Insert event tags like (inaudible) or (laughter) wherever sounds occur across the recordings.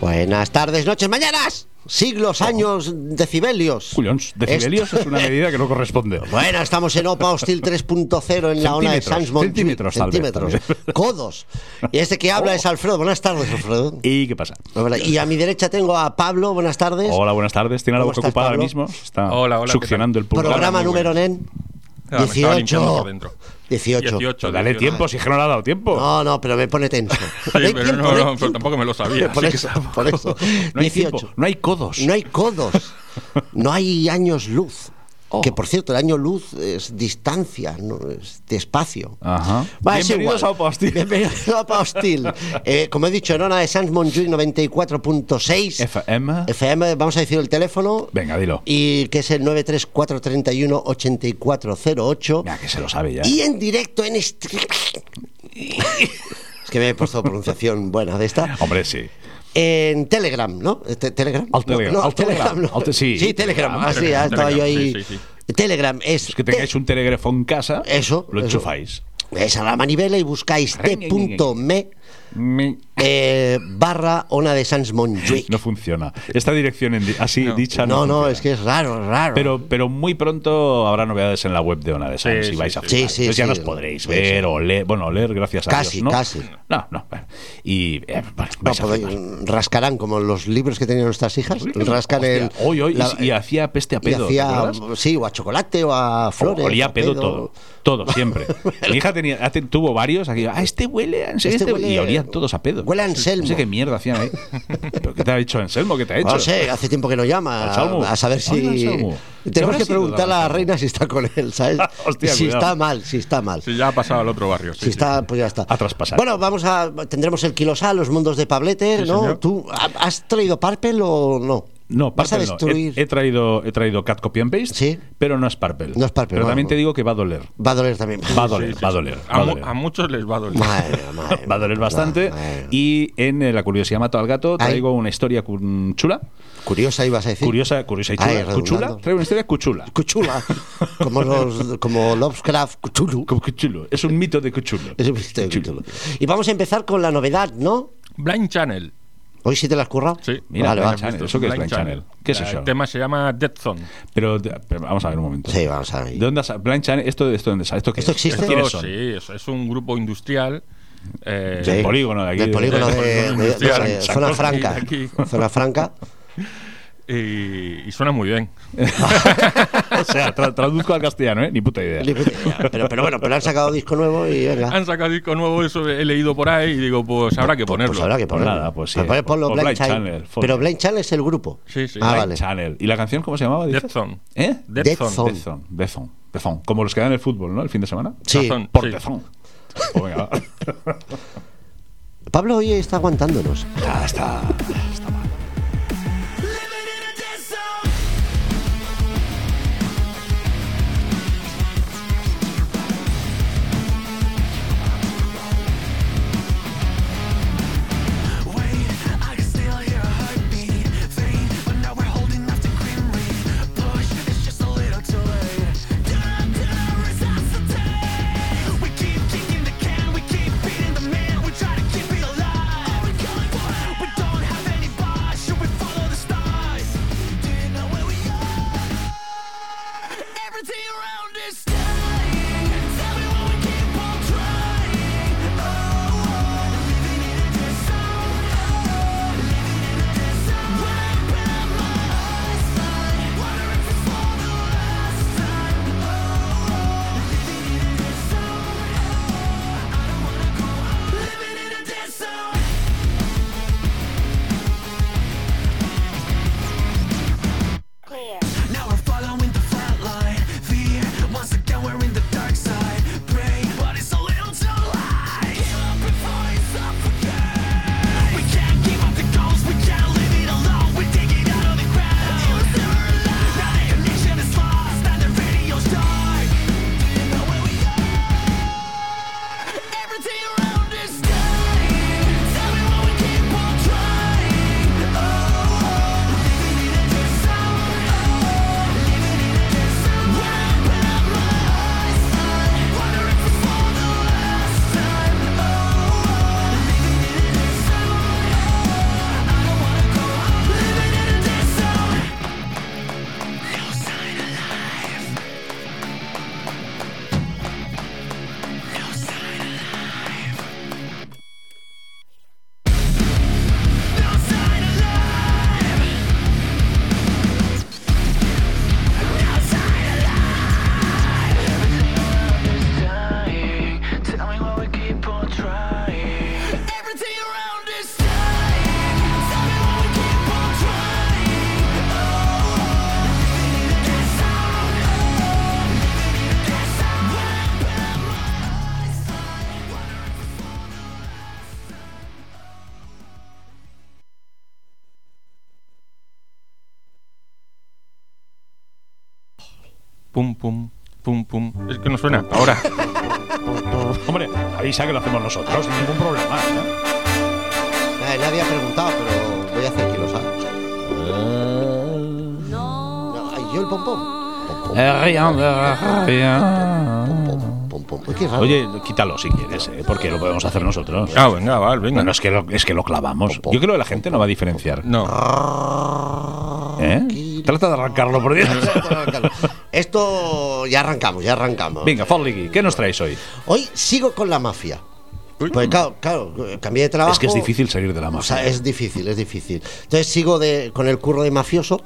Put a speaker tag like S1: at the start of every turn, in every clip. S1: Buenas tardes, noches, mañanas. Siglos, años, decibelios.
S2: Culions, decibelios es una medida que no corresponde.
S1: (laughs) Bueno, estamos en OPA Hostil 3.0 en la ola de
S2: Centímetros,
S1: Sans Montjuic.
S2: centímetros, tal vez,
S1: Centímetros.
S2: también. (laughs) Oh.
S1: Codos. Y este que habla es Alfredo. Buenas tardes, Alfredo.
S2: ¿Y qué pasa?
S1: Hola, Y a mi derecha tengo a Pablo. Buenas tardes.
S2: Hola, buenas tardes. Tiene la
S1: ¿Cómo
S2: boca
S1: estás,
S2: ocupada ahora
S1: Pablo?
S2: mismo. Está
S3: Hola, hola, ¿qué
S2: succionando el pulgar.
S1: Programa
S3: muy
S1: número
S3: bueno.
S1: nen.
S3: Ah, me estaba limpiando
S1: 18.
S3: por dentro.
S1: 18.
S3: 18.
S2: Pero Pues Dale
S3: 18.
S2: tiempo, si es que no le ha dado tiempo.
S1: No, no, pero me pone
S3: (laughs)
S1: tenso.
S3: Sí,
S1: hay
S3: pero
S1: tiempo,
S3: no,
S1: hay
S3: no, pero
S1: tiempo.
S3: tampoco me lo
S1: (laughs)
S3: sabía.
S1: Por
S3: así
S1: eso,
S3: que tampoco.
S1: por
S3: (laughs)
S1: eso.
S2: No hay
S1: 18.
S2: tiempo, no hay codos.
S1: No hay codos. No hay años luz. Que por cierto, el año luz es distancia, no es de espacio.
S2: Ajá.
S1: Va, es
S2: Ah. Bienvenidos
S1: igual.
S2: a Opa Hostil.
S1: Bienvenidos a Opa Hostil.
S2: (laughs)
S1: Eh, como he dicho, en hora de Sans Montjuic 94.6
S2: FM.
S1: FM, vamos a decir el teléfono.
S2: Venga, dilo.
S1: Y que es el 934318408.
S2: Mira, que se lo sabe ya.
S1: Y en directo en
S2: (laughs)
S1: stream. es que me he puesto pronunciación buena de esta.
S2: Hombre, sí.
S1: En Telegram, ¿no? Te- ¿Telegram?
S2: Al Telegram,
S1: No, no,
S2: al Telegram,
S1: no.
S2: al te- sí.
S1: Telegram. Ah, sí,
S3: Telegram,
S1: ah, estaba yo
S3: Telegram,
S1: ahí.
S3: sí, sí,
S1: Telegram es.
S2: Es que tengáis un telégrafo en casa.
S1: Eh. Eso,
S2: Lo
S1: eso.
S2: enchufáis.
S1: Es a la manivela y buscáis t.me
S2: Mi-
S1: eh, barra ona de Sans Montjuic.
S2: No funciona. Esta dirección en di- así
S3: No.
S2: dicha no.
S1: No, no,
S2: funciona.
S1: es que es raro, raro.
S2: Pero, pero muy pronto habrá novedades en la web de Ona de Sans
S3: Sí,
S2: y vais
S3: sí,
S2: a
S3: sí.
S2: flipar.
S1: Sí, sí,
S2: Entonces ya
S1: sí.
S2: nos podréis
S1: Sí,
S2: ver o leer, bueno, leer gracias a
S1: Casi,
S2: Dios, ¿no?
S1: casi.
S2: No, no. bueno. Y eh, bueno,
S1: No,
S2: vais a
S1: podéis-
S2: flipar.
S1: pues, rascarán como los libros que tenían nuestras hijas. Rascan
S2: Hostia,
S1: el.
S2: hoy, hoy, y-
S1: la-
S2: y, hacía peste a
S1: y
S2: pedo. ¿te
S1: hacía,
S2: acuerdas?
S1: sí, o a chocolate o a flores.
S2: Olía
S1: a
S2: a pedo, todo. Todo,
S1: (laughs)
S2: siempre. Mi hija tenía, hace- tuvo varios. Aquí, ah, este huele, a- este
S1: Este
S2: huele- Y
S1: huele-
S2: olían todos a pedo.
S1: huele a
S2: No sé
S1: Anselmo.
S2: qué mierda hacían
S1: (laughs)
S2: ahí. ¿Pero qué te ha dicho Anselmo? ¿Qué te ha hecho?
S1: No sé, hace tiempo que no llama.
S2: Al Salmo.
S1: A, a saber
S2: Oiga,
S1: si.
S2: Salmo, ¿qué habrá
S1: Tenemos que
S2: sido
S1: preguntar
S2: de
S1: a la
S2: Salmo?
S1: reina si está con él, ¿sabes?
S2: (laughs) Hostia,
S1: si
S2: cuidado.
S1: está mal, si está mal.
S3: Sí, ya ha pasado al otro barrio. sí,
S1: Si
S3: sí.
S1: está, pues ya está.
S2: A traspasar.
S1: Bueno, vamos a. Tendremos el kilosal, los mundos de Pablete,
S3: Sí,
S1: ¿no?
S3: señor.
S1: ¿Tú ha- has traído Parpel o no?
S2: No,
S1: Vas a
S2: Parpel
S1: destruir.
S2: no. He, he traído, he traído Cat Copy and Paste,
S1: Sí.
S2: pero no es Parpel.
S1: No es Parpel,
S2: Pero también
S1: bueno.
S2: te digo que va a doler.
S1: Va a doler también.
S2: Va a doler, va a doler.
S3: A,
S2: va a
S3: mu-
S2: doler.
S3: a muchos les va a
S1: (laughs)
S3: doler.
S1: Madre mía, madre mía.
S2: (laughs) Va a doler bastante.
S1: Madre mía.
S2: Y en eh, La curiosidad mató al gato
S1: Ay.
S2: traigo una historia cun- chula.
S1: Curiosa ibas a decir.
S2: Curiosa, curiosa y chula.
S1: Ay, redundando.
S2: cuchula. Traigo una historia cuchula. (laughs)
S1: Cuchula. Como, los, como Lovecraft, Cthulhu.
S2: Cu- Cuchulo. Es un mito de cuchulo.
S1: Es un mito de Cthulhu. Y vamos a empezar con la novedad, ¿no?
S3: Blind Channel.
S1: Hoy sí te la has currado.
S3: Sí.
S2: Mira,
S1: vale,
S2: Blind
S1: va.
S2: Channel. ¿Eso qué es Blind Channel? ¿Qué es eso?
S3: Eh, El tema se llama Dead Zone.
S2: Pero, de- pero vamos a ver un momento.
S1: Sí, vamos a
S2: ¿De
S1: ver.
S2: dónde sa- Blind Channel, ¿Esto, esto, dónde sa- ¿Esto qué
S1: ¿Esto
S2: es?
S1: existe?
S2: ¿Esto
S3: Esto,
S2: quiénes son?
S3: Oh, sí, es, es un grupo industrial. eh,
S1: Sí.
S2: Del polígono de aquí.
S1: Del polígono de,
S3: Del
S1: de-
S3: polígono
S1: de-
S3: industrial.
S1: de- zona
S3: San Jorge,
S1: franca.
S3: aquí.
S1: Zona franca.
S3: y, y suena muy bien.
S2: (laughs) o sea, tra- traduzco al castellano, ¿eh? Ni puta idea.
S1: (laughs) Pero, pero bueno, pero han sacado disco nuevo y
S2: Ah.
S1: venga.
S3: Han sacado disco nuevo, eso he leído por ahí y digo, pues habrá que ponerlo.
S1: Pues habrá que
S2: Pues
S1: ponerlo.
S2: nada, pues sí.
S1: Al parecer ponlo
S2: O
S1: Blind
S2: Blind
S1: Channel.
S2: Channel, fuck.
S1: Pero Blind Channel es el grupo.
S3: Sí, sí.
S1: Ah,
S2: Blind
S1: (laughs) vale.
S2: Channel. ¿Y la canción cómo se llamaba? dices?
S3: Dead Zone.
S2: ¿Eh?
S3: Dead,
S1: Dead
S3: Zone.
S1: Zone.
S2: Dead Zone. Dead Zone. Dead Zone. Como los que dan el fútbol, ¿no? El fin de semana.
S1: Sí.
S3: Razón,
S2: Por
S3: sí.
S2: Dead Zone. Pues venga, va. (laughs)
S1: Pablo hoy está aguantándonos.
S2: Ya está.
S4: Now we're following the flat line. Fear Oh.
S3: pum, pum, pum, pum. Es que no suena. Ahora.
S2: Hombre, avisa que lo hacemos nosotros, sin ningún problema. ¿eh? ¿no?
S1: Nadie, Eh, nadie ha preguntado, pero voy a hacer que lo sabe. No, ay, yo el pompón. Pompón, pompón, pompón. Uy, qué raro.
S2: Oye, quítalo si quieres, ¿eh? porque lo podemos hacer nosotros.
S3: Ah, venga, Val, venga.
S2: Bueno, es que, lo, es que lo clavamos. Yo creo que la gente no va a diferenciar.
S3: No.
S2: ¿Eh? Trata de arrancarlo, por Dios. (laughs)
S1: Esto ya arrancamos, ya arrancamos.
S2: Venga, Forligui, ¿qué nos traes hoy?
S1: Hoy sigo con la mafia. Pues claro, claro, cambié de trabajo.
S2: Es que es difícil salir de la
S1: O
S2: mafia. ¿eh?
S1: sea, es difícil, es difícil. Entonces sigo de, con el curro de mafioso.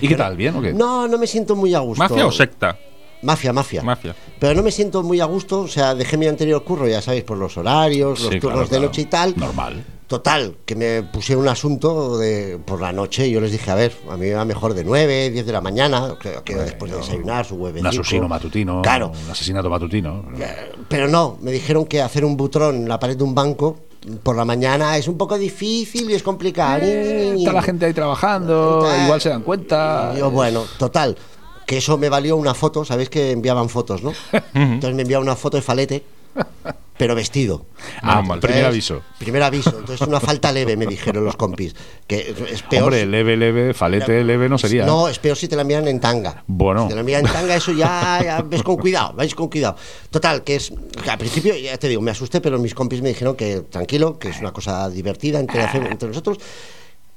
S2: ¿Y qué tal? ¿Bien o qué?
S1: No, no me siento muy a gusto.
S3: ¿Mafia o secta?
S1: Mafia, mafia.
S3: Mafia.
S1: Pero no me siento muy a gusto, o sea, dejé mi anterior curro, ya sabéis, por los horarios, los
S2: Sí, claro,
S1: turnos de
S2: claro.
S1: noche y tal.
S2: Normal.
S1: Total, que me pusieron un asunto de, por la noche y yo les dije, a ver, a mí me va mejor de 9, 10 de la mañana, creo que después de desayunar, su huevecito.
S2: Un asesino matutino.
S1: Claro,
S2: Un asesinato matutino.
S1: eh, pero no, me dijeron que hacer un butrón en la pared de un banco por la mañana es un poco difícil y es complicado. Ni, ni, ni,
S2: Eh, Está la
S1: ni.
S2: gente ahí trabajando,
S1: Está-
S2: igual se dan cuenta.
S1: Y Yo, bueno, total, que eso me valió una foto, sabéis que enviaban fotos,
S2: (laughs)
S1: ¿no? Entonces me enviaba una foto de falete, pero vestido.
S2: Ah,
S3: Normal.
S2: primer
S1: Entonces,
S2: aviso.
S1: Primer aviso, entonces una falta leve, me dijeron los compis, que es- es peor.
S2: Hombre, leve, leve, falete, leve no sería. ¿eh?
S1: No, es peor si te la envían en tanga.
S2: Bueno.
S1: Si te la envían en tanga, eso
S2: (laughs)
S1: ya, ya ves con cuidado, vais con cuidado. Total, que es. que al principio, ya te digo, me asusté, pero mis compis me dijeron que tranquilo, que es una cosa divertida entre, hace-
S2: Ah.
S1: entre nosotros.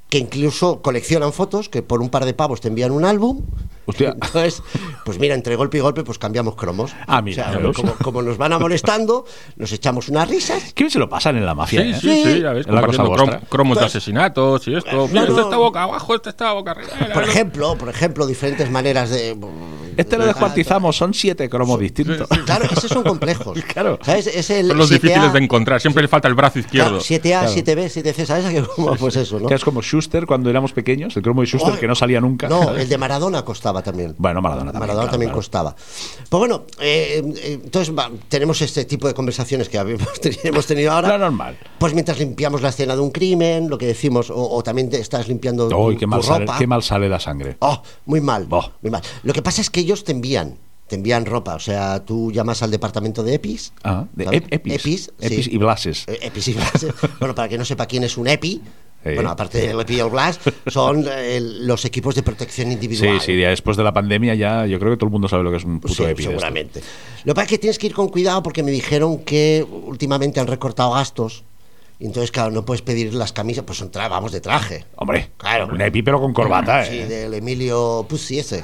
S1: Que incluso coleccionan fotos, que por un par de pavos te envían un álbum.
S2: Hostia.
S1: Entonces, pues mira, entre golpe y golpe, pues cambiamos cromos.
S2: Ah, mira,
S1: O sea,
S2: ¿ves?
S1: como, como nos van amonestando, nos echamos unas risas.
S2: ¿Quién se lo pasan en la mafia?
S3: Sí,
S2: eh?
S3: sí, sí, ya ves,
S2: Es la cosa
S3: compartiendo
S2: vuestra.
S3: crom- cromos de
S1: Pues-
S3: asesinatos y esto. Mira,
S1: no,
S3: este
S1: no.
S3: está boca abajo, este está boca arriba.
S1: Por ejemplo, por ejemplo, diferentes maneras de.
S2: Este lo descuartizamos, son siete cromos distintos.
S1: Claro, esos son
S3: (laughs)
S1: complejos.
S2: Claro.
S1: ¿Sabes? Es el
S3: Son los
S1: 7A,
S3: difíciles de encontrar, siempre le falta el brazo
S1: claro,
S3: izquierdo.
S1: 7A, 7B, 7C, ¿sabes? (laughs) Que como, pues eso, ¿no?
S2: Que es como Schuster cuando éramos pequeños, el cromo de Schuster
S1: Oh,
S2: que no salía nunca.
S1: No,
S2: ¿sabes?
S1: el de Maradona costaba también.
S2: Bueno, Maradona también,
S1: Maradona
S2: claro,
S1: también
S2: claro.
S1: costaba. Pues bueno, eh, eh, entonces va, tenemos este tipo de conversaciones que habíamos (laughs) teni- hemos tenido ahora.
S2: Lo normal.
S1: Pues mientras limpiamos la escena de un crimen, lo que decimos, o, o también te estás limpiando
S2: Uy,
S1: tu,
S2: qué mal,
S1: tu
S2: sale,
S1: ropa.
S2: qué mal sale la sangre.
S1: Oh, muy mal,
S2: Boh.
S1: muy mal. Lo que pasa es que ellos te envían, te envían ropa. O sea, tú llamas al departamento de EPIs.
S2: Ah, de
S1: ¿sabes?
S2: ep- Epis.
S1: EPIs, sí.
S2: Epis y Blases.
S1: Eh, Epis (laughs) y Blas. bueno, para que no sepa quién es un EPI.
S2: Sí.
S1: Bueno, aparte del EPI y el Blas, son eh, el- los equipos de protección individual.
S2: Sí, sí, ya después de la pandemia ya yo creo que todo el mundo sabe lo que es un puto
S1: Sí,
S2: este. EPI. de esto.
S1: seguramente. Lo que pasa es que tienes que ir con cuidado porque me dijeron que últimamente han recortado gastos. Y Entonces, claro, no puedes pedir las camisas, pues son tra- vamos de traje.
S2: Hombre,
S1: Claro.
S2: un EPI pero con corbata,
S1: Sí,
S2: ¿eh?
S1: del Emilio Pussy ese.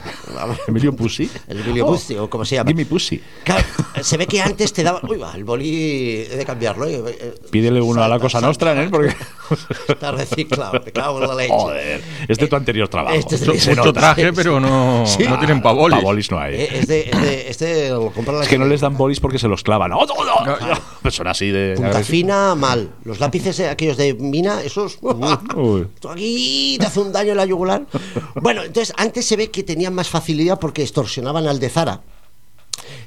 S1: (laughs)
S2: Emilio Pussy.
S1: El Emilio
S2: Oh,
S1: Pussy, o como se llama.
S2: Jimmy Pussy.
S1: Claro, se ve que antes te daba. Uy, va, el boli he de cambiarlo. eh, eh,
S2: Pídele uno a la
S1: salta,
S2: cosa
S1: salta.
S2: nostra, ¿eh? Porque...
S1: (laughs) Está reciclado, me cago en la leche.
S2: Joder, es de tu anterior trabajo.
S1: Este es de-
S2: Se
S1: Mucho
S2: nota.
S3: Mucho traje, pero no,
S1: Sí. Ah,
S3: no tienen pavolis.
S2: Pavolis. no hay.
S1: Eh, Es de, es de- este lo compran las
S2: Es que no les dan bolis porque se los clavan. ¡Oh, no, no! Son así de.
S1: Punta fina, mal. Los lápices eh, aquellos de mina,
S2: (laughs)
S1: esos.
S2: Uy.
S1: Tú aquí te hace un daño en la yugular. Bueno, entonces antes se ve que tenían más facilidad porque extorsionaban al de Zara.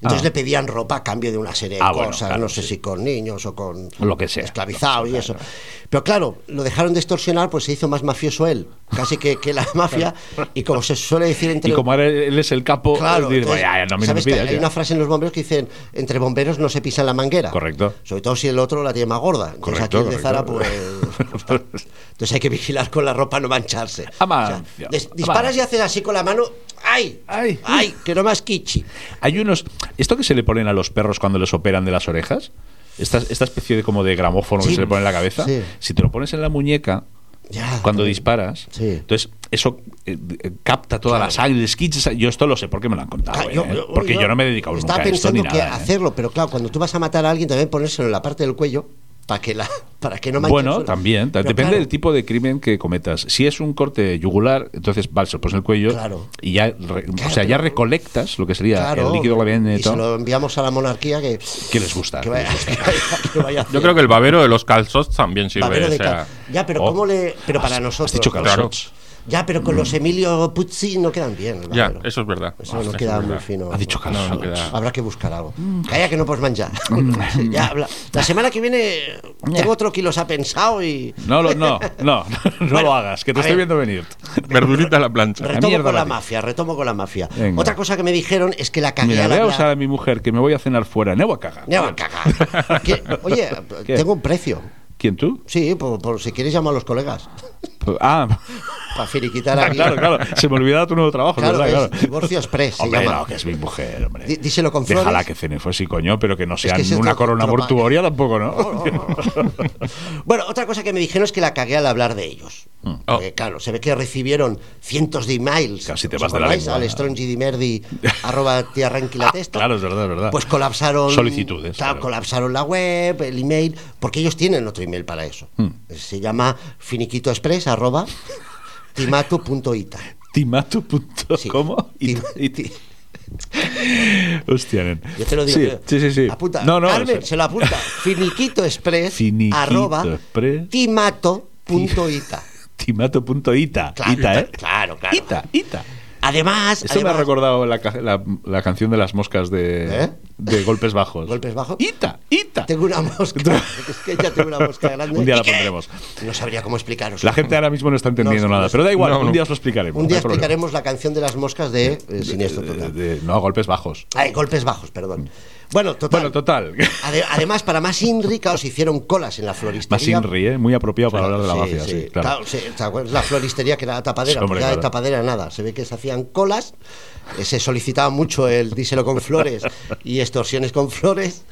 S1: Entonces
S2: Ah.
S1: le pedían ropa a cambio de una serie de
S2: Ah, bueno,
S1: cosas,
S2: claro,
S1: no sé
S2: sí.
S1: si con niños o con
S2: Lo que sea,
S1: esclavizados
S2: lo
S1: y
S2: que
S1: eso.
S2: sea,
S1: Pero claro, lo dejaron de extorsionar, pues se hizo más mafioso él, casi que, que la (laughs) mafia. Y como se suele decir entre
S2: Y como ahora él es el capo,
S1: Claro,
S2: dice,
S1: entonces,
S2: "Vaya, no me
S1: ¿sabes que
S2: pidas,
S1: hay
S2: ya".
S1: una frase en los bomberos que dicen, entre bomberos no se pisa la manguera.
S2: Correcto.
S1: Sobre todo si el otro la tiene más gorda. Entonces
S2: Correcto,
S1: aquí el de
S2: correcto.
S1: Zara, pues... Entonces hay que vigilar con la ropa no mancharse.
S2: (laughs) Ama,
S1: des-
S2: Dios, ama.
S1: disparas y haces así con la mano, ¡ay!
S2: Ay.
S1: ¡Ay! Que no más kichi.
S2: (laughs) Hay unos. ¿Esto que se le ponen a los perros cuando les operan de las orejas? Esta, esta especie de como de gramófono que
S1: Sí.
S2: se le pone en la cabeza.
S1: Sí.
S2: Si te lo pones en la muñeca,
S1: Ya,
S2: cuando
S1: pero-
S2: disparas,
S1: Sí.
S2: entonces eso eh, eh, capta toda la sangre, les quita esa- Yo esto lo sé porque me lo han contado.
S1: Claro,
S2: ¿eh? porque yo, no me he dedicado nunca
S1: estaba
S2: a esto
S1: pensando
S2: ni
S1: que
S2: nada. ¿eh?
S1: hacerlo, pero claro, cuando tú vas a matar a alguien también ponérselo en la parte del cuello para que, la, para que no manche el
S2: Bueno,
S1: suelo.
S2: también. ta-
S1: Pero
S2: depende
S1: claro,
S2: del tipo de crimen que cometas. Si es un corte yugular, entonces vale, se lo pones en el cuello
S1: Claro.
S2: y ya, re- o sea, ya
S1: pero-
S2: recolectas lo que sería
S1: claro,
S2: el líquido que había en el
S1: y se
S2: todo,
S1: lo enviamos a la monarquía que...
S2: que les gusta.
S1: que vaya- (laughs) que vaya- que vaya
S3: Yo creo que el babero de los calzots también sirve.
S1: Babero
S3: o
S1: de
S3: sea,
S1: cal- Ya, pero
S2: Oh.
S1: ¿cómo le.? Pero para
S2: Has- has
S1: nosotros.
S2: dicho Mm.
S1: ¿no?
S2: calzots.
S1: Ya, pero con los Emilio Puzzi no quedan bien. el
S3: Ya,
S1: barbero.
S3: eso es verdad.
S1: Eso no queda
S3: es
S1: muy
S3: verdad.
S1: fino.
S2: Ha dicho
S1: que
S2: Carlos.
S3: No, no queda.
S1: Habrá que buscar algo. Calla que no puedes
S2: (laughs)
S1: manchar. (laughs) ya habla. La semana que viene tengo otro que los ha pensado y.
S2: No, lo- no, no, (laughs) no
S1: Bueno,
S2: lo hagas, que te
S1: a
S2: estoy
S1: ver.
S2: viendo venir.
S3: Verdurita a la plancha.
S1: Retomo
S2: mierda
S1: con la
S2: la tía.
S1: mafia, retomo con la mafia.
S2: Venga.
S1: Otra cosa que me dijeron es que la cagué
S2: Mira,
S1: al
S2: voy a
S1: hablar.
S2: usar a mi mujer que me voy a cenar fuera. Ne voy a cagar.
S1: Me van a
S2: (laughs)
S1: cagar. Que- Oye,
S2: ¿Qué?
S1: tengo un precio.
S2: ¿Quién tú?
S1: Sí, por, por si quieres llamar a los colegas.
S2: Ah, (laughs)
S1: Para firiquitar aquí.
S2: claro, claro. Se me olvidaba tu nuevo trabajo.
S1: Claro,
S2: ¿verdad?
S1: es
S2: Claro.
S1: Divorcio Express. se
S2: Hombre,
S1: llama.
S2: no, que es mi mujer, hombre.
S1: Dí- díselo con
S2: Déjala
S1: flores.
S2: que cene fuese, coño, pero que no sea
S1: que ese es
S2: una
S1: otro-
S2: corona
S1: otro pa-
S2: mortuoria tampoco, ¿no?
S1: Oh, Bueno, otra cosa que me dijeron es que la cagué al hablar de ellos.
S2: Mm.
S3: Oh.
S1: Porque, claro, se ve que recibieron cientos de emails.
S2: Casi te
S1: ¿Os
S2: vas de la
S1: acordáis?
S2: lengua.
S1: Al
S2: (laughs)
S1: strongidimerdi arroba te arranqui la testa.
S2: claro, es verdad, es verdad.
S1: Pues colapsaron.
S2: Solicitudes,
S1: claro,
S2: claro.
S1: colapsaron la web, el email, porque ellos tienen otro email para eso.
S2: Mm.
S1: Se llama finiquitoexpress arroba timato.ita.
S2: Timato. punto-
S1: Sí.
S2: ¿Cómo? Y-
S1: Tim- (laughs)
S2: y- Hostia, nen.
S1: Yo te lo digo.
S2: Sí,
S1: tío.
S2: sí, sí, sí.
S1: Apunta.
S2: No, no,
S1: Carmen,
S2: o sea,
S1: se lo
S2: (laughs)
S1: apunta. Finiquito Express.
S2: Finiquito
S1: arroba
S2: Express.
S1: Timato.ita.
S2: Timato.ita.
S1: Claro,
S2: Ita, ¿eh?
S1: claro, claro.
S2: Ita, ita.
S1: Además,
S2: Eso me ha
S1: además-
S2: recordado la, ca- la- la canción de las moscas de,
S1: ¿Eh?
S2: de Golpes Bajos.
S1: ¿Golpes bajos?
S2: ¡Ita! ¡Ita!
S1: tengo una mosca.
S2: (laughs)
S1: (laughs) es que ya tengo una mosca grande.
S2: Un día la
S1: ¿Y qué?
S2: pondremos.
S1: No sabría cómo explicaros.
S2: La gente ahora mismo no está entendiendo
S1: No,
S2: nada,
S1: no,
S2: pero da igual,
S3: no, no.
S2: un día os lo explicaremos.
S1: Un día
S2: no hay problema.
S1: explicaremos la canción de las moscas de eh, Siniestro Total.
S2: De- de- no, golpes bajos.
S1: Ay, golpes bajos, perdón. Bueno, total.
S2: Bueno, total.
S1: Ade- además, para más Inri, claro, se hicieron colas en la
S2: Más
S1: floristería.
S2: Inri, ¿eh? muy apropiado para
S1: Claro,
S2: hablar de
S1: sí,
S2: la mafia.
S1: sí.
S2: sí, claro.
S1: Claro, sí, ¿te acuerdas? la floristería que era tapadera,
S2: Sí, hombre,
S1: pues ya de
S2: claro.
S1: tapadera nada. Se ve que se hacían colas, eh, se solicitaba mucho el díselo con flores y extorsiones con flores.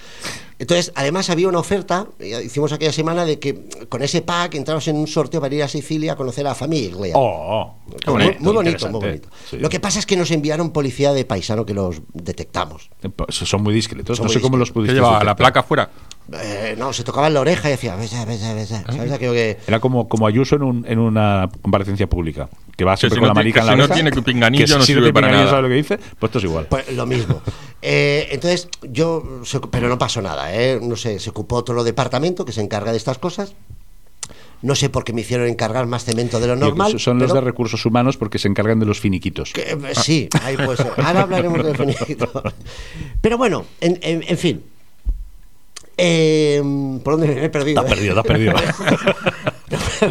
S1: Entonces, además había una oferta, eh, hicimos aquella semana, de que con ese pack entramos en un sorteo para ir a Sicilia a conocer a la familia.
S2: Oh, oh, qué
S1: muy, muy bonito,
S2: interesante.
S1: muy bonito.
S2: Sí.
S1: Lo que pasa es que nos enviaron policía de paisano que los detectamos.
S2: Eh, pues, Son muy discretos,
S1: Son
S2: no
S1: muy
S2: sé cómo los
S3: ¿Qué
S2: pudiste
S3: llevaba? ¿La
S2: detectar.
S3: placa fuera?
S1: Eh, no, se tocaban la oreja y decía, besa, besa, besa. ¿Sabes aquello que.?
S2: Era como, como Ayuso en, un- en una comparecencia pública, que va siempre
S3: si
S2: con
S3: no
S2: la
S3: ti-
S2: marica
S3: que
S2: en la
S3: si no
S2: oreja,
S3: tiene pinganillo
S2: que
S3: no
S2: si
S3: sirve
S2: tiene
S3: para
S2: pinganillo,
S3: nada.
S2: ¿sabe lo que dice? Pues esto es igual.
S1: Pues lo mismo. Eh, entonces, yo. se- Pero no pasó nada, ¿eh? No sé, se ocupó otro departamento que se encarga de estas cosas. No sé por qué me hicieron encargar más cemento de lo
S2: Digo,
S1: normal.
S2: son los de
S1: pero-
S2: recursos humanos porque se encargan de los finiquitos.
S1: que, eh, sí, ahí pues. Ahora hablaremos del finiquito. Pero bueno, en, en- en fin. Eh, ¿Por dónde me he perdido?
S2: Te has perdido, te has perdido.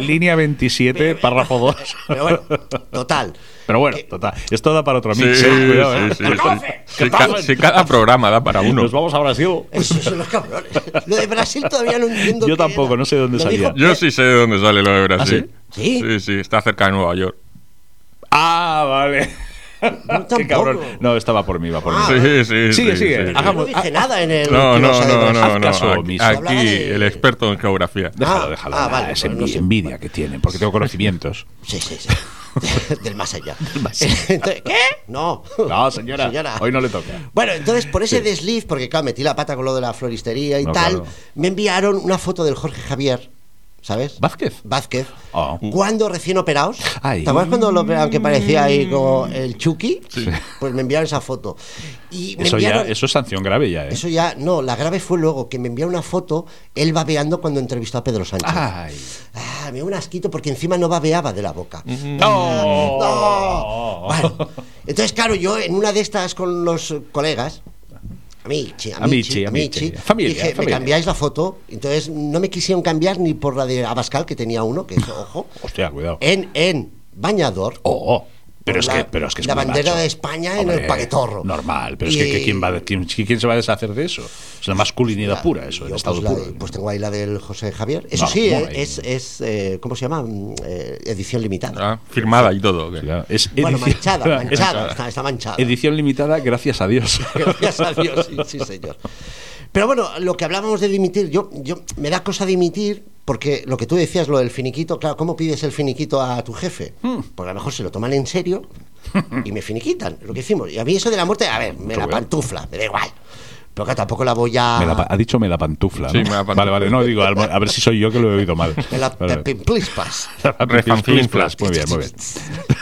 S2: (laughs) Línea 27, párrafo 2.
S1: Pero bueno, total.
S2: Pero bueno,
S1: Eh,
S2: total. Esto da para otro
S3: Sí,
S2: mix.
S3: sí,
S2: eh, cuidado, eh.
S3: sí, sí.
S1: ¡Conoce!
S3: Si, ca- si cada programa da para uno.
S2: Nos vamos a Brasil.
S1: Esos son los cabrones. Lo de Brasil todavía no entiendo.
S2: Yo
S1: qué era.
S2: tampoco, no sé dónde
S1: Lo
S2: salía.
S1: dijo-
S3: Yo sí sé de dónde sale lo de Brasil.
S2: ¿Ah,
S1: sí?
S3: Sí, sí, está cerca de Nueva York.
S2: Ah, vale. (laughs) Qué
S1: tampoco.
S2: cabrón. No, estaba por mí, va por mí.
S1: Ah,
S3: Sí,
S2: Sigue,
S3: sí, sí,
S2: sigue.
S3: sí.
S1: Yo no
S2: Hagamos-
S1: dije
S2: ah,
S1: nada en el.
S3: No,
S1: que
S3: no,
S1: sale de
S3: no,
S1: Brasil.
S3: no,
S2: Haz
S3: no.
S2: caso
S3: Aquí,
S2: omiso.
S3: aquí
S1: Hablaba de-
S3: el experto en geografía.
S2: Déjalo,
S1: Ah,
S2: déjalo.
S1: ah,
S2: nada,
S1: vale,
S2: es
S1: bueno,
S2: envi-
S1: no sé.
S2: envidia que tienen, porque tengo conocimientos.
S1: (laughs) Sí, sí, sí. (laughs) Del más
S2: (laughs)
S1: allá. (laughs) Entonces, ¿Qué? No.
S2: No, señora, hoy no le toca.
S1: Bueno, entonces por ese desliz, porque claro, metí la pata con lo de la floristería y
S2: No,
S1: tal,
S2: claro.
S1: me enviaron una foto del Jorge Javier, ¿sabes?
S2: ¿Vázquez?
S1: Vázquez.
S2: Oh.
S1: Cuando recién operados.
S2: Ay. Mm.
S1: ¿Te acuerdas cuando lo operaron que parecía ahí como el Chucky?
S2: Sí.
S1: Pues me enviaron esa foto. Y me
S2: Eso, ya,
S1: enviaron-
S2: eso es sanción grave ya, ¿eh?
S1: Eso ya, no, la grave fue luego que me envió una foto él babeando cuando entrevistó a Pedro Sánchez. Ah,
S2: Ay.
S1: me dio un asquito porque encima no babeaba de la boca.
S2: No.
S1: No. Bueno, entonces, claro, yo en una de estas con los colegas. Amici, amici, amici.
S2: Amici, amici. Familia,
S1: dije, me
S2: familia".
S1: cambiáis la foto. Entonces no me quisieron cambiar ni por la de Abascal, que tenía uno, que
S2: (laughs)
S1: es ojo.
S2: Hostia, cuidado.
S1: En, en bañador.
S2: Oh, pero
S1: con
S2: es,
S1: la-
S2: que, pero es que es
S1: la
S2: muy
S1: bandera
S2: macho.
S1: de España en
S2: Hombre,
S1: el paquetorro.
S2: Normal, pero es que, que
S1: Y-
S2: ¿quién, va a- quién- quién se va a deshacer de eso? Es la masculinidad
S1: Claro,
S2: pura, eso,
S1: yo,
S2: el
S1: pues
S2: estado
S1: la-
S2: puro.
S1: pues tengo ahí la del José Javier. Eso
S2: No,
S1: sí,
S2: no,
S1: eh,
S2: ahí
S1: es, es eh, ¿cómo se llama? Mm, eh, edición limitada.
S3: Ah, Firmada y todo. ¿qué?
S1: ¿eh?
S2: Claro, es
S1: bueno,
S2: edición-
S1: manchada,
S2: (laughs) es
S1: manchada, está, está manchada.
S2: Edición limitada, gracias a Dios. (laughs)
S1: Gracias a Dios, sí, sí, señor. Pero bueno, lo que hablábamos de dimitir, yo, yo me da cosa dimitir porque lo que tú decías, lo del finiquito, claro, ¿cómo pides el finiquito a tu jefe? Porque a lo mejor se lo toman en serio y me finiquitan, lo que hicimos. Y a mí eso de la muerte, a ver, me
S2: Mucho
S1: la
S2: cuidado.
S1: pantufla, me da igual. Pero claro, tampoco la voy a...
S2: Me la pa- ha dicho me la pantufla.
S3: Sí,
S2: ¿no?
S3: me la pantufla.
S2: Vale, vale, no, digo, al- a ver si soy yo que lo he oído mal.
S1: (laughs) me la
S2: Vale, vale.
S1: pimplispas.
S2: (laughs) Refanflinflas, Muy bien,
S1: (laughs)
S2: muy bien.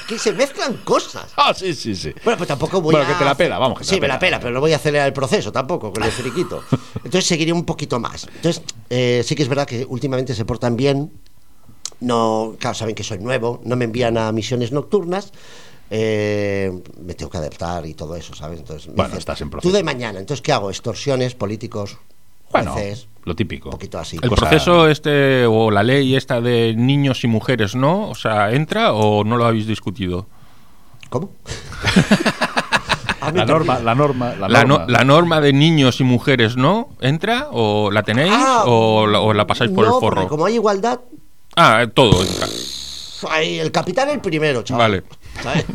S1: que se mezclan cosas.
S2: Ah, sí, sí, sí.
S1: Bueno, pues tampoco voy
S2: Bueno,
S1: a...
S2: que te la pela, vamos, que te
S1: sí,
S2: la
S1: me la
S2: pela.
S1: pela, pero no voy a acelerar el proceso tampoco
S2: (laughs)
S1: con el friquito. Entonces seguiré un poquito más. Entonces, eh, sí que es verdad que últimamente se portan bien. no, claro, saben que soy nuevo, no me envían a misiones nocturnas. eh, me tengo que adaptar y todo eso, ¿sabes? Entonces, me
S2: Bueno, estás en proceso.
S1: Tú de mañana, entonces, ¿qué hago? Extorsiones, políticos,
S2: Bueno,
S1: jueces.
S2: lo típico.
S1: Un poquito así.
S3: El
S2: Cosa-
S3: proceso este o la ley esta de niños y mujeres, ¿no? O sea, ¿entra o no lo habéis discutido?
S2: (laughs)
S1: ¿Cómo? (laughs) Ah, me
S2: La
S1: he
S2: norma,
S1: perdido.
S2: la norma, la
S3: La, no-
S2: norma.
S3: la norma de niños y mujeres, ¿no? ¿Entra o la tenéis
S1: Ah,
S3: o, la, o la pasáis por
S1: no,
S3: el forro?
S1: porque Como hay igualdad,
S3: Ah, eh, todo entra.
S1: ay, el capitán el primero, chaval.
S3: Vale. (laughs)
S1: ¿Sabes?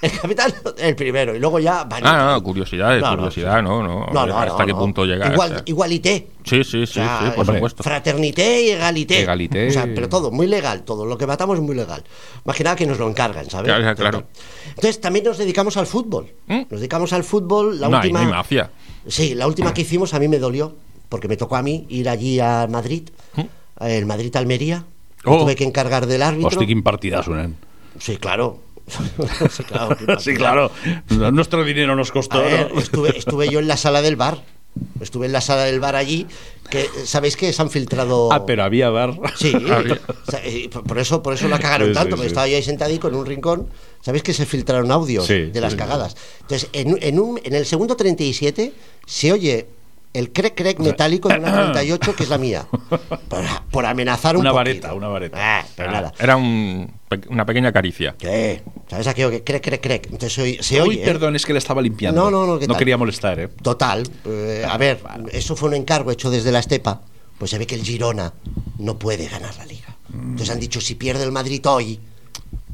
S1: El capitán el primero y luego ya. van-
S3: Ah, no, curiosidades,
S1: No, no,
S3: curiosidad, no, no.
S1: No, no,
S3: ¿Hasta
S1: no,
S3: qué
S1: no.
S3: punto llega?
S1: Igual-
S3: O sea,
S1: igualité.
S3: Sí, sí, sí,
S1: O sea,
S3: sí, por
S2: hombre,
S3: supuesto.
S1: Fraternité y egalité.
S2: Egalité.
S1: O sea, pero todo, muy legal, todo. Lo que matamos es muy legal. Imagina que nos lo encargan, ¿sabes?
S3: Claro, claro.
S1: Entonces también nos dedicamos al fútbol.
S3: ¿Mm?
S1: Nos dedicamos al fútbol. La
S3: no, hay-
S1: última.
S3: no hay mafia.
S1: Sí, la última que hicimos a mí me dolió, porque me tocó a mí ir allí a Madrid, el Madrid-Almería. Me
S3: ¿Mm? Oh.
S1: Tuve que encargar del árbitro.
S2: Hostia, qué impartidas suenan.
S1: Sí, claro. sí, claro.
S2: (laughs) Sí, claro. Nuestro dinero nos
S1: A
S2: costó.
S1: ver,
S2: ¿no?
S1: Ah, eh, estuve, estuve yo en la sala del bar. Estuve en la sala del bar allí, que sabéis que se han filtrado...
S2: (laughs) Ah, pero había bar. (laughs)
S1: Sí,
S3: Había.
S1: o sea, y por por eso, por eso la cagaron
S2: Sí,
S1: tanto,
S2: sí,
S1: porque
S2: sí.
S1: estaba yo ahí sentadico en un rincón. ¿Sabéis que se filtraron audios
S2: Sí,
S1: de las
S2: sí, sí.
S1: cagadas? Entonces, en, en un- en el segundo 37 se oye el crec crec metálico
S2: (coughs)
S1: de una 38 que es la mía. Por, por amenazar un
S2: Una
S1: poquito.
S2: vareta, una vareta.
S1: Ah, pero
S2: Ah.
S1: nada.
S3: Era un, pe- una pequeña caricia.
S1: ¿Qué? ¿Sabes aquello que crec crec crec? Entonces se oye. se
S2: Uy,
S1: oye, ¿eh?
S2: perdón, es que le estaba
S1: No,
S2: limpiando.
S1: no, no, ¿qué
S2: No
S1: tal?
S2: quería molestar, ¿eh?
S1: Total, eh, a ver, eso fue un encargo hecho desde la estepa, pues se ve que el Girona no puede ganar la liga. Entonces han dicho, si pierde el Madrid hoy,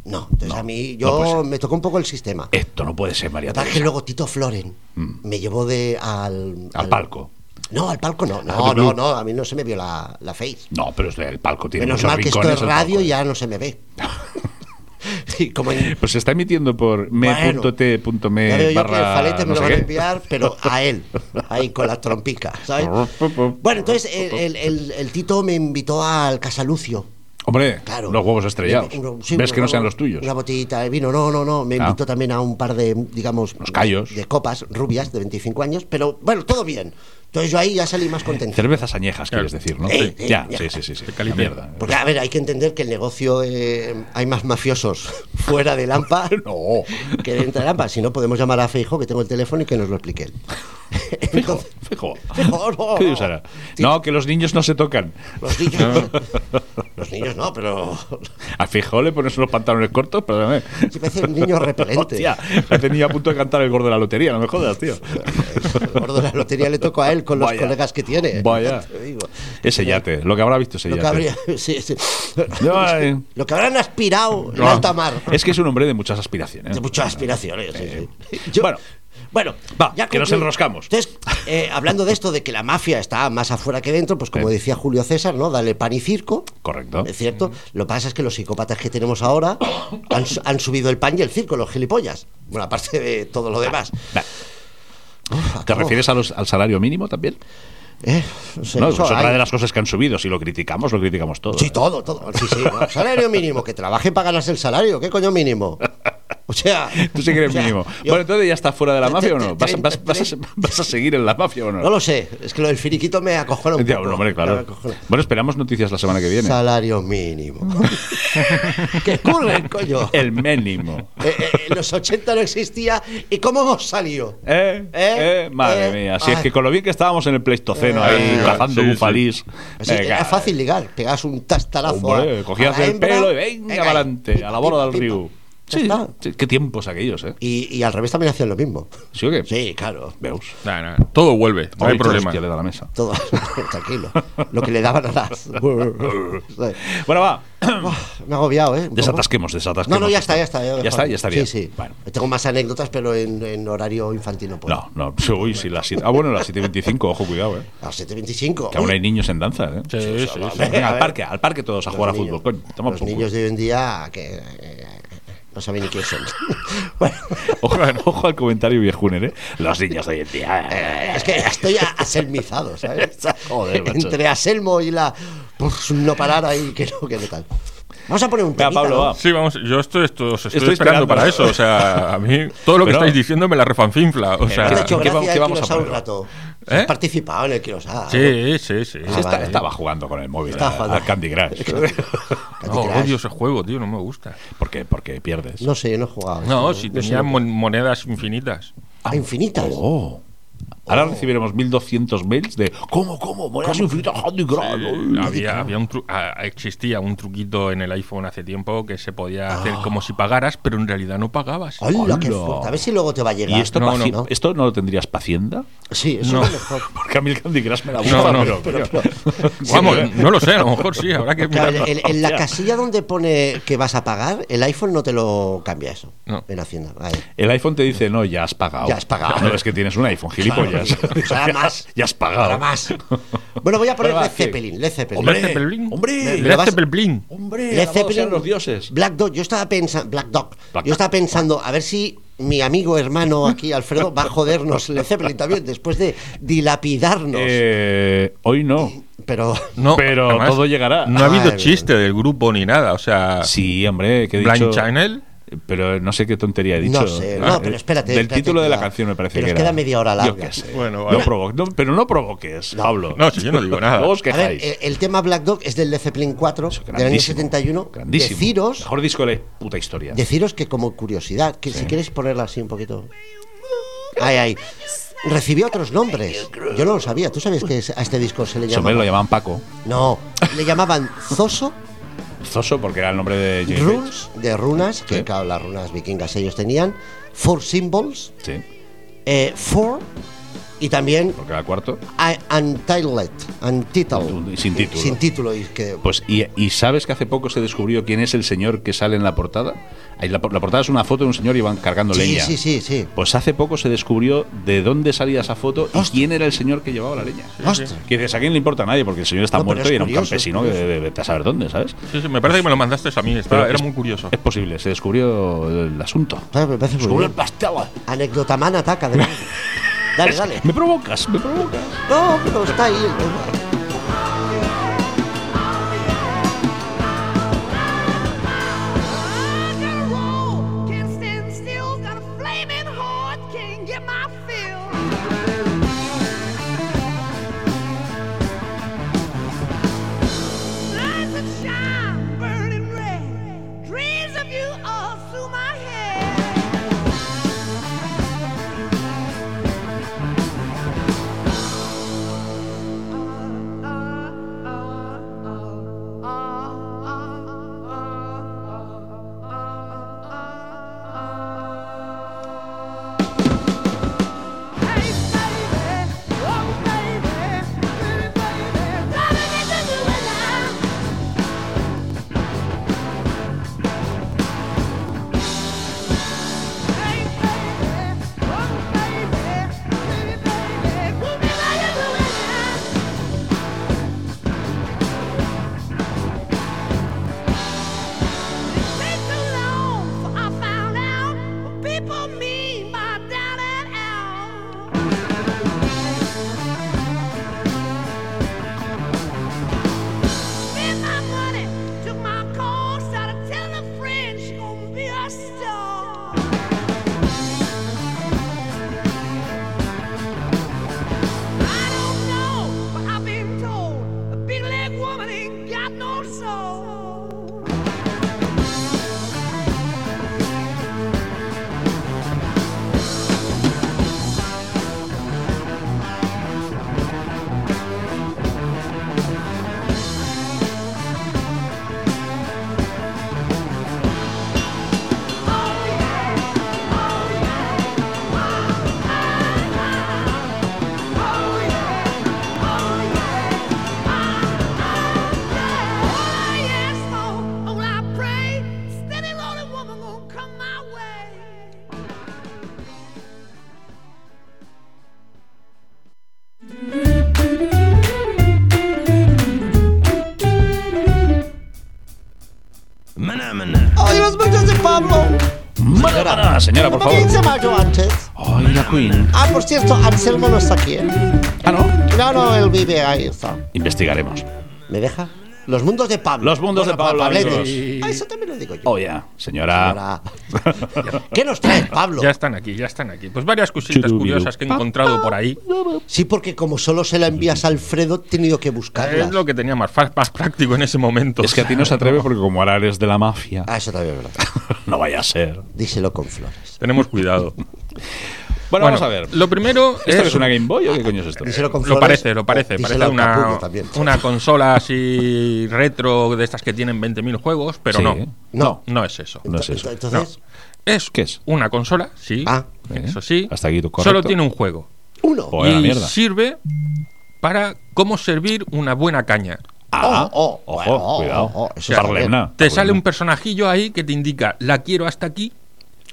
S1: no. Entonces a mí,
S2: Mm. no puede
S1: yo
S2: ser.
S1: me tocó un poco el sistema. Lo
S2: Esto no puede ser, María
S1: que pasa es que
S2: Teresa.
S1: luego Tito Floren me llevó de al,
S2: Mm. Al palco. Ah,
S1: No, al palco no,
S2: Al
S1: no,
S2: club.
S1: no, no, a mí no se me vio la, la face.
S2: No, pero es el palco tiene
S1: Menos
S2: muchos
S1: mal que esto
S2: rincones,
S1: es
S2: el palco,
S1: radio
S2: ¿eh?
S1: y ya no se me
S2: (laughs)
S1: ve. (laughs) Sí, como en-
S2: Pues se está emitiendo por me.t.me.
S1: ya veo yo que el
S2: barra
S1: falete me
S2: no
S1: lo
S2: sé
S1: van a
S2: qué.
S1: enviar, pero a él, ahí con la trompica, ¿sabes? Bueno, entonces el, el- el- el Tito me invitó al Casalucio.
S2: Hombre,
S1: Claro.
S2: los huevos estrellados.
S1: Me- un- sí,
S2: Ves
S1: una-
S2: que no sean los tuyos.
S1: Una botellita de vino, no, no, no. Me
S2: Ah.
S1: invitó también a un par de, digamos,
S2: Los callos.
S1: de copas rubias de 25 años, pero bueno, todo bien. Entonces yo ahí ya salí más contento.
S2: Cervezas añejas, quieres decir, ¿no?
S1: Eh, eh,
S2: ya,
S1: ya.
S2: sí, sí, sí. sí.
S3: Te
S2: La
S3: caliente.
S2: mierda. (laughs)
S1: Porque, a ver, hay que entender que el negocio eh, hay más mafiosos (laughs) fuera de
S2: (laughs)
S1: Lampa
S2: No.
S1: que dentro de Lampa. Si no, podemos llamar a Feijo, que tengo el teléfono y que nos lo explique él.
S2: Fijo,
S1: (laughs) Entonces,
S2: fijo.
S1: Fijo, (laughs) no,
S2: (laughs) ¿Qué
S1: no.
S2: dices ahora? No, que los niños no se tocan.
S1: Los niños. los niños no,
S2: (laughs)
S1: pero.
S2: A Fijo le pones unos pantalones cortos, perdóname.
S1: Sí, parece un niño repelente.
S2: Hostia, me tenía a punto de cantar el gordo de la lotería, no me
S1: (laughs)
S2: jodas, tío.
S1: El gordo de la lotería le tocó a él con los
S2: Vaya.
S1: colegas que tiene.
S2: Vaya.
S1: (laughs) Te digo.
S2: Ese yate, lo que habrá visto ese
S1: Lo que,
S2: yate.
S1: habría- (laughs) sí, sí. (laughs)
S2: Ay.
S1: Lo que habrán aspirado en
S2: eh. No. Eh.
S1: alta mar.
S2: Es que es un hombre de muchas aspiraciones. Eh,
S1: De muchas aspiraciones. sí, sí.
S2: bueno,
S1: Bueno,
S2: Va, que nos
S1: conclu-
S2: enroscamos.
S1: Entonces, eh, hablando de esto, de que la mafia está más afuera que dentro, pues como
S2: Eh.
S1: decía Julio César, ¿no? Dale pan y circo.
S2: correcto.
S1: Es cierto. Lo que pasa es que los psicópatas que tenemos ahora han, su- han subido el pan y el circo, los gilipollas. Bueno, aparte de todo lo demás.
S2: Va, Ah, ¿Te
S1: Acabo.
S2: refieres a los- al salario mínimo también?
S1: Eh, no sé,
S2: No, es
S1: eso
S2: otra
S1: hay.
S2: de las cosas que han subido. Si lo criticamos, lo criticamos todo.
S1: Sí,
S2: ¿eh?
S1: todo, todo. Sí, sí. no. Salario mínimo, que trabaje para ganarse el salario. ¿Qué coño mínimo? O sea.
S2: (laughs) Tú sí que eres
S1: o sea,
S2: mínimo.
S1: yo-
S2: Bueno, entonces ya está fuera de la
S1: Tre-
S2: mafia o
S1: tre-
S2: no? ¿Vas,
S1: tre-
S2: vas- vas a,
S1: tre-
S2: (laughs) vas a seguir en la mafia o no?
S1: No lo sé. Es que lo del firiquito me acojona un
S2: Ya,
S1: poco.
S2: bueno, hombre, claro.
S1: Me acojona.
S2: Bueno, esperamos noticias la semana que viene.
S1: Salario
S2: (laughs)
S1: mínimo. (laughs) ¿Qué ocurre, coño?
S2: El mínimo.
S1: Eh, eh, en los 80 no existía. ¿Y cómo hemos salido?
S2: Eh, eh,
S1: Eh,
S2: madre
S1: eh,
S2: mía, si es
S1: ay.
S2: que con lo bien que estábamos en el Pleistoceno
S1: Eh,
S2: ahí
S3: sí,
S2: cazando
S3: sí.
S2: bufalís.
S1: Así que
S2: venga,
S1: era eh, fácil ligar. Pegabas un tastarazo.
S2: hombre,
S1: a-
S2: cogías
S1: a la
S2: el
S1: hembra,
S2: pelo y venga para adelante,
S1: pipa,
S2: a la bola
S1: pipa,
S2: del
S1: pipa.
S2: río.
S1: Ya
S2: Sí,
S1: está.
S2: sí, qué tiempos aquellos, ¿eh?
S1: Y, y al revés también hacían lo mismo.
S2: ¿Sí o qué?
S1: Sí, claro.
S2: Veus.
S3: Nah, nah, todo vuelve, no hay
S2: Ay,
S3: problema.
S2: hostia, le da la mesa.
S1: Todo (laughs) tranquilo. Lo que le daban a
S2: (laughs)
S1: las.
S2: Bueno,
S1: (coughs)
S2: va.
S1: Me ha agobiado, ¿eh? Un poco.
S2: Desatasquemos,
S1: No,
S2: desatasquemos.
S1: no, ya está, ya está. Ya,
S2: Ya está, ya está bien.
S1: Sí, sí.
S2: Bueno. pues
S1: Tengo más anécdotas, pero en, en horario infantil no puedo.
S2: No, no. Uy, si las siete- Ah, bueno, las 7.25, ojo, cuidado, ¿eh?
S1: A las 7.25.
S2: Que aún hay niños en danza, ¿eh?
S3: Sí, sí, sí.
S1: hombre.
S2: Venga,
S1: A
S2: al
S1: ver.
S2: parque, al parque todos a jugar a
S1: Los
S2: fútbol,
S1: niños-
S2: coño. Toma
S1: Los
S2: por culo.
S1: niños de hoy en día que. eh, no saben ni quién son. (laughs) bueno.
S2: (laughs) Ojo, ojo al comentario viejuner, ¿eh? Los niños de hoy en día.
S1: eh, Es que estoy a- aselmizado, ¿sabes?
S2: (laughs) Joder, macho.
S1: (laughs) Entre Aselmo y la. Pues no parar ahí, (laughs) que no, que no tal. Vamos a poner un
S2: Venga,
S1: temita,
S2: Pablo,
S1: ¿no?
S2: va.
S3: Sí, vamos, yo estoy, esto- os estoy,
S2: Estoy
S3: esperando,
S2: esperando.
S3: para eso. O sea, a mí todo lo que
S2: Pero-
S3: estáis diciendo me la refanfinfla. O sea,
S1: Te ha hecho
S2: ¿Qué va-
S1: gracia
S2: qué
S1: el
S2: vamos a
S1: dinosaurio
S2: poner?
S1: rato. ¿Has
S3: ¿Eh?
S1: participado en el Kirosada?
S3: Sí, sí, sí.
S1: Ah,
S2: Está-
S1: vale.
S2: Estaba jugando con el móvil
S1: Estaba
S2: a-
S1: jugando.
S2: al Candy Crush.
S1: Candy
S2: Oh,
S3: No,
S1: Crush.
S3: odio ese juego, tío, no me gusta.
S2: porque, porque pierdes.
S1: No sé, yo no he jugado.
S3: No, si
S1: sé
S3: tenía
S1: lo que-
S3: mon- monedas infinitas.
S1: Ah, infinitas.
S2: Oh. Ahora recibiremos 1200 mails de ¿Cómo, cómo? Monedas infinitas Candy Crush. Uy,
S3: Había, había un tru- ah, existía un truquito en el iPhone hace tiempo que se
S1: Ah.
S3: podía hacer como si pagaras, pero en realidad no pagabas.
S1: Hola, qué
S2: Hola.
S1: fuerte. A ver si luego te va a llegar.
S2: ¿Y esto
S3: No,
S2: paci-
S3: no,
S1: Ah, no.
S2: esto no lo tendrías pacienda?
S1: Sí, eso
S3: No.
S1: es lo
S2: (laughs)
S1: mejor.
S2: Porque a mí el Candy Crush me la gusta,
S3: No, no,
S2: pero,
S3: pero-
S2: (laughs) pero-
S3: Vamos, no lo sé, a lo mejor sí, habrá que
S1: eh. (laughs) Claro,
S3: mirarlo.
S1: en, en la
S2: Hostia.
S1: casilla donde pone que vas a pagar, el iPhone no te lo cambia eso.
S3: No.
S1: En Hacienda. Ahí.
S2: El iPhone te dice, no, ya has pagado.
S1: Ya has pagado.
S2: No, es que tienes un iPhone, gilipollas.
S1: Claro, pues ahora más.
S2: (laughs) Ya has pagado.
S1: Ahora
S2: (laughs)
S1: más. Bueno, voy a poner
S2: Ahora
S1: Led
S2: va, ¿qué?
S1: Zeppelin. Led Zeppelin.
S2: Hombre,
S3: Led Zeppelin.
S2: hombre,
S1: ¿me lo vas-
S3: Led Zeppelin.
S2: Hombre,
S1: Led
S2: alabados
S1: Zeppelin.
S2: sean los dioses.
S1: Black Dog. Yo estaba pensando. Black Dog.
S2: Black
S1: yo estaba pensando, a ver si mi amigo, hermano aquí, Alfredo, va a jodernos Led Zeppelin también, después de dilapidarnos.
S2: Eh, hoy no.
S1: Pero.
S3: No,
S2: Pero
S3: además,
S2: todo llegará.
S3: No ha habido
S1: Ay,
S3: chiste del grupo ni nada, o sea,
S2: Sí, hombre, que he
S3: Blind
S2: dicho.
S3: Channel.
S2: Pero no sé qué tontería he dicho.
S1: No sé, no,
S2: Ah,
S1: pero
S2: eh,
S1: espérate,
S2: Del
S1: espérate,
S2: título de la
S1: queda-
S2: canción me parece
S1: que nos
S2: que
S1: queda
S2: era.
S1: media hora
S2: Yo
S1: larga.
S2: qué sé.
S3: Bueno,
S2: No
S3: vale.
S2: provo- no, pero no provoques, Pablo.
S3: No, si yo no digo nada.
S2: Luego os
S1: A ver,
S2: quejáis.
S1: el, el tema Black Dog es del Led Zeppelin 4
S2: Eso,
S1: del año
S2: grandísimo,
S1: 71.
S2: Grandísimo.
S1: Deciros,
S2: Mejor disco de la puta historia.
S1: deciros que como curiosidad, que si quieres ponerla así un poquito. Ay, ay. Recibió otros nombres. Yo no lo sabía. ¿Tú sabes que a este disco se le
S2: Eso me
S1: llamaba?
S2: lo llamaban Paco.
S1: No, le llamaban Zoso,
S2: Zoso, porque era el nombre de James Bates.
S1: Runes, de runas, que
S2: Sí.
S1: claro, las runas vikingas ellos tenían, Four Symbols,
S2: Sí,
S1: eh, Four y también
S2: porque era cuarto.
S1: I- Untitled, Untitled.
S2: Y sin título.
S1: Sin título, y que
S2: Pues, y, y sabes que hace poco se descubrió quién es el señor que sale en la portada? Ahí La, la portada es una foto de un señor y van cargando
S1: Sí,
S2: leña.
S1: sí, sí, sí.
S2: Pues hace poco se descubrió de dónde salía esa foto y
S1: Hostia.
S2: quién era el señor que llevaba la leña.
S1: Ostras.
S2: Que dices, ¿a quién le importa a nadie? Porque el señor está
S1: No, pero
S2: muerto
S1: es
S2: y era un
S1: curioso,
S2: campesino
S1: es
S2: de,
S1: curioso.
S2: de- vete a saber dónde, ¿sabes?
S3: Sí, sí, me parece que me lo mandaste a mí, estaba-
S2: Pero
S3: era
S2: es-
S3: muy curioso.
S2: Es posible, se descubrió el asunto.
S1: Claro, me parece muy
S2: Descubrió el
S1: bien.
S2: pastel.
S1: Anecdotamán ataca de nuevo.
S2: (laughs)
S1: Dale, dale.
S2: Me provocas, me provocas.
S1: No, pero está ahí. el tema.
S4: I gotta roll, can't stand still, got a flaming heart, can't get my fill. Lights that shine, burning red, dreams of you all through my head. Hey baby, oh baby, pretty baby, darling, it's just you and I. Hey baby, oh baby, pretty baby, we'll be right back. Take too long, for I found out what people mean by down and out. Spent my money, took my call, started telling a friend she gonna be a star. I don't know, but I've been told a big leg woman ain't got no soul. Oh yes, oh, all I pray, steady lonely woman won't come my way.
S5: Maná, maná.
S1: ¡Ay, las manchas de Pablo!
S2: Señora, señora, por
S1: ¿Cómo que
S2: favor.
S1: dice mayo antes?
S2: Ay, la Queen.
S1: Ah, por cierto, Anselmo no está aquí. ¿eh?
S2: Ah, no.
S1: No, no, él vive ahí. Está.
S2: Investigaremos.
S1: ¿Me deja? Los mundos de Pablo.
S2: Los mundos de Pablo,
S1: Pabletos.
S2: amigos.
S1: Ah, eso también lo digo yo.
S2: Oh, Ah. yeah, señora.
S1: Ahora- ¿Qué nos traes, Pablo?
S3: Ya están aquí, ya están aquí. Pues varias cositas
S2: Churubiru.
S3: curiosas que he encontrado por ahí.
S1: Sí, porque como solo se la envías a Alfredo, he tenido que buscarla.
S3: Es lo que tenía más, fa- más práctico en ese momento.
S2: Es que a ti no se atreve porque como ahora eres de la mafia,
S1: Ah, eso también es verdad.
S2: (laughs) no vaya a ser.
S1: Díselo con flores.
S2: (laughs)
S3: Tenemos cuidado. Bueno,
S2: Bueno, vamos a ver.
S3: Lo primero
S2: ¿Esto es una Game Boy o qué coño es esto?
S1: Díselo con flores.
S3: Lo parece, lo
S1: o
S3: parece.
S1: díselo
S3: Parece
S1: al
S3: una,
S1: capullo también.
S3: una consola así retro de estas que tienen 20.000 juegos, pero
S2: Sí.
S3: no.
S1: No.
S3: No es eso.
S2: No es eso.
S1: Entonces,
S3: Es,
S2: ¿Qué es?
S3: una consola, sí.
S1: Ah.
S3: Eso sí.
S2: Hasta aquí, correcto.
S3: Solo tiene un juego.
S1: uno.
S2: Oh, Joder, la
S3: y
S2: mierda.
S3: sirve para cómo servir una buena caña.
S2: Ah,
S1: Oh, oh,
S2: ojo,
S1: bueno, oh,
S2: cuidado.
S1: oh, eso
S2: Parlem,
S1: está bien.
S2: nada,
S3: Te
S2: parlem.
S3: sale un personajillo ahí que te indica, la quiero hasta aquí.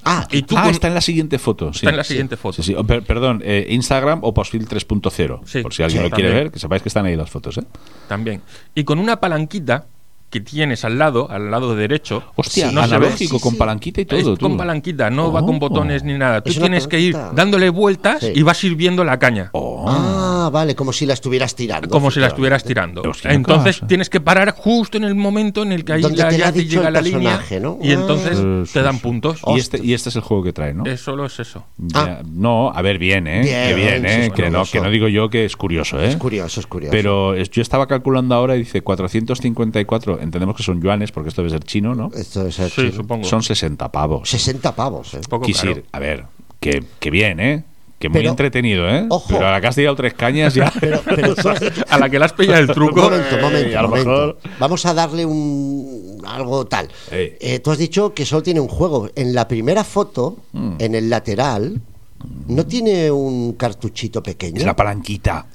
S1: Ah,
S3: Y tú
S2: Ah,
S3: con-
S2: está en la siguiente foto. sí.
S3: en la
S2: Sí.
S3: siguiente foto.
S2: Sí, sí. O, per- perdón, eh, Instagram o Posfil 3.0.
S3: Sí.
S2: Por si alguien
S1: Sí,
S2: lo quiere
S3: también.
S2: ver, que sepáis que están ahí las fotos. ¿eh?
S3: también. Y con una palanquita que tienes al lado, al lado derecho.
S2: Hostia,
S1: Sí,
S3: no se ve.
S2: analógico,
S1: Sí,
S2: con
S1: sí.
S2: palanquita y
S3: Es
S2: todo. tú.
S3: con palanquita, no va con
S2: Oh.
S3: botones ni nada. Tú
S1: Es una
S3: tienes que ir
S1: palanquita.
S3: dándole vueltas
S1: Sí.
S3: y vas sirviendo la caña.
S2: Oh.
S1: Ah, vale, como si la estuvieras tirando.
S3: Como si la
S1: efectivamente.
S3: estuvieras tirando.
S2: Hostia, qué
S3: Entonces
S2: cosa.
S3: tienes que parar justo en el momento en el que ahí
S1: Donde
S3: ya,
S1: te lo
S3: ya
S1: ha
S3: te
S1: dicho
S3: llega
S1: el
S3: la línea
S1: personaje, ¿no?
S3: y entonces
S2: Sí, Ah. sí,
S3: te dan
S2: sí.
S1: puntos.
S2: Y este, y este es el juego que trae, ¿no?
S3: Eh, ah. Solo es eso.
S2: Ya- No, a ver, bien, ¿eh?
S1: Bien,
S2: que bien,
S1: eso
S2: ¿eh?
S1: es
S2: que, no,
S1: curioso.
S2: que no digo yo que es curioso, ¿eh?
S1: Es curioso, es curioso.
S2: Pero es- yo estaba calculando ahora y dice 454, entendemos que son yuanes porque esto debe ser chino, ¿no?
S1: Esto es así.
S3: Sí, supongo.
S2: Son 60 pavos.
S1: 60 pavos, ¿eh?
S3: Poco
S2: Quisir,
S3: caro.
S2: a ver, que, que bien, ¿eh? Que muy
S1: Pero-
S2: entretenido, ¿eh?
S1: Ojo.
S2: Pero a la que has tirado tres cañas ya.
S1: (laughs) Pero, pero tú
S2: (laughs)
S1: has dicho-
S3: A la que le has pillado el truco.
S1: momento, momento,
S2: eh, a lo
S1: momento.
S2: mejor-
S1: Vamos a darle un algo tal.
S2: Eh.
S1: Eh, tú has dicho que solo tiene un juego. En la primera foto,
S2: Mm.
S1: en el lateral, no tiene un cartuchito pequeño.
S2: es la palanquita.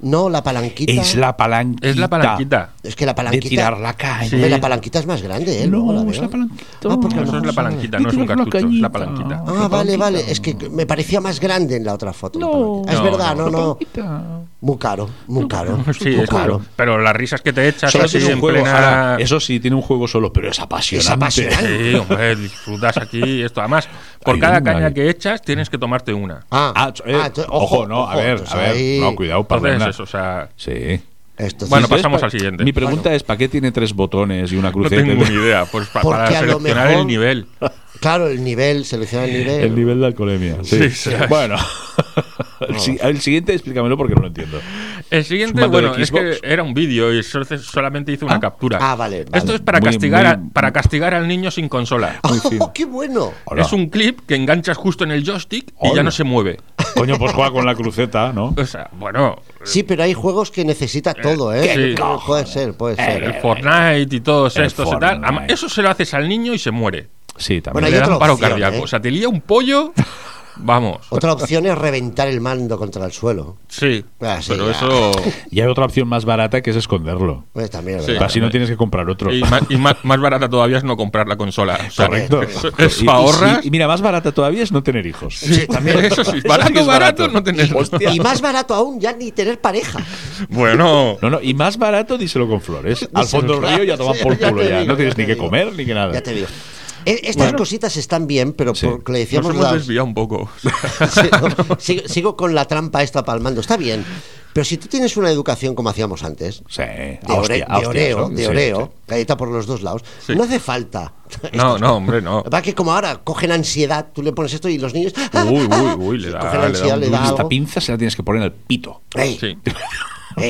S1: no, la palanquita.
S2: Es la palanquita.
S3: Es la palanquita.
S1: Es que la
S2: De
S1: palanquita.
S2: tirar la caña.
S1: Hombre, la palanquita es más grande, ¿eh? Luego la
S2: No,
S1: veo.
S2: es la palanquita.
S1: Ah, porque a lo
S3: Eso es la
S1: mejor-
S3: palanquita, no es un
S2: Tira la
S3: cartucho, es
S2: cañita.
S3: la palanquita.
S1: Ah, vale, vale. Es que me parecía más grande en la otra foto. la
S2: No.
S1: palanquita. Ah, es
S3: No,
S1: verdad, no,
S3: no,
S1: no.
S2: Palanquita.
S1: Muy caro, muy
S2: (laughs)
S1: caro.
S3: Sí,
S1: muy
S3: es claro. Pero las risas que te echas
S2: Solo
S3: así
S2: tiene un
S3: en
S2: juego,
S3: plena.
S2: Jara. Eso sí, tiene un juego solo, pero es apasionante. Ah,
S1: Es apasionante.
S2: (laughs)
S3: Sí, hombre, disfrutas aquí esto. Además, por
S2: Hay
S3: cada
S2: una,
S3: caña
S2: hay-
S3: que echas, tienes que tomarte una.
S1: Ah,
S2: Ah, eh,
S1: ah, entonces-
S2: ojo, no, a
S1: ojo,
S2: ver,
S1: entonces
S2: a ver.
S1: ahí-
S2: No, cuidado,
S3: Entonces,
S2: Pablo.
S3: eso, o sea,
S2: Sí.
S1: Entonces-
S3: Bueno,
S2: Entonces,
S3: pasamos
S2: pa-
S3: al siguiente.
S2: Mi pregunta es: ¿para qué tiene tres botones y una
S3: no
S2: cruceta?
S3: tengo ni idea. Pues pa-
S1: Porque
S3: para
S1: a lo
S3: seleccionar
S1: mejor-
S3: el nivel.
S1: Claro, el nivel, seleccionar el nivel.
S2: El nivel de alcoholemia. Sí.
S3: Sí, sí.
S2: Bueno, (laughs) el, si- el siguiente explícamelo porque no lo entiendo.
S3: El
S2: ¿Es un
S3: siguiente,
S2: mando de
S3: bueno, es
S2: Xbox?
S3: que era un vídeo y sol- solamente hice una
S2: Ah.
S3: captura.
S1: Ah, vale, vale.
S3: Esto es para
S2: Muy-
S3: castigar,
S2: muy-
S3: a- para castigar al niño sin consola.
S1: (laughs) Oh,
S2: Muy fino.
S1: ¡Qué bueno!
S2: Hola.
S3: Es un clip que enganchas justo en el joystick y
S2: Hola.
S3: ya no se mueve.
S2: Coño, pues juega con la cruceta,
S3: (laughs)
S2: ¿no?
S3: O sea, bueno,
S1: Sí, pero hay juegos que necesita todo, ¿eh?
S2: ¿qué
S1: Sí,
S2: cojones?
S1: Puede ser, puede ser.
S3: el Fortnite y todos
S2: El
S3: estos y tal.
S2: Fortnite.
S3: Ama- Eso se lo haces al niño y se muere.
S2: Sí,
S1: Bueno,
S2: también.
S1: hay
S3: Le da
S1: otra
S3: un paro
S1: opción,
S3: cardíaco.
S1: ¿eh?
S3: O sea, te lía
S1: (laughs)
S3: un pollo. Vamos.
S1: Otra opción es reventar el mando contra el suelo.
S3: Sí.
S1: Ah, sí,
S3: pero
S1: ya. (laughs)
S3: eso.
S2: Y hay otra opción más barata que es esconderlo.
S1: Pues también,
S3: Sí.
S1: ¿verdad?
S2: Así no tienes que comprar otro.
S3: Y, más, y más- más barata todavía es no comprar la consola. O
S2: (laughs)
S3: sea,
S2: Correcto.
S3: Eso,
S2: Y- y-
S3: eso ahorras.
S2: Y, mira, más barata todavía es no tener hijos.
S1: Sí, también.
S3: (laughs) Eso sí,
S2: Eso
S3: barato,
S2: sí que es
S3: barato,
S2: barato.
S3: no tener.
S2: Hostia.
S1: Y más barato aún, ya ni tener pareja.
S3: (laughs) Bueno.
S2: No, no, y más barato díselo con flores. Al fondo del
S1: claro.
S2: río ya tomas
S1: Sí,
S2: por
S1: ya
S2: culo
S1: te
S2: ya.
S1: digo,
S2: No tienes
S1: ya te
S2: ni que
S1: digo.
S2: comer ni que nada.
S1: Ya te digo. E- Estas cositas están bien, pero
S2: Sí.
S1: porque le
S3: Nos
S1: decíamos...
S3: hemos
S1: la-
S3: desviado
S1: (laughs)
S3: un poco.
S1: Sí, no, sigo, sigo con la trampa esta palmando. Está bien. Pero si tú tienes una educación como hacíamos antes,
S2: Sí,
S1: de,
S2: a
S1: ore-
S2: hostia, a
S1: de
S2: hostias,
S1: oreo,
S2: ¿no?
S1: de
S2: Sí,
S1: oreo,
S2: sí.
S1: galleta por los dos lados,
S3: Sí.
S1: no hace falta. (laughs)
S3: No, no, hombre, no.
S1: Va que como ahora cogen ansiedad, tú le pones esto y los niños. ¡ah,
S3: Uy,
S1: ah! (laughs)
S3: uy, uy, le
S1: Sí,
S3: da-
S1: cogen
S3: le
S1: ansiedad,
S3: da un
S1: le da,
S3: dulce,
S2: Esta
S1: algo.
S2: pinza se la tienes que poner en el pito.
S1: Ey,
S3: Sí.
S1: ey.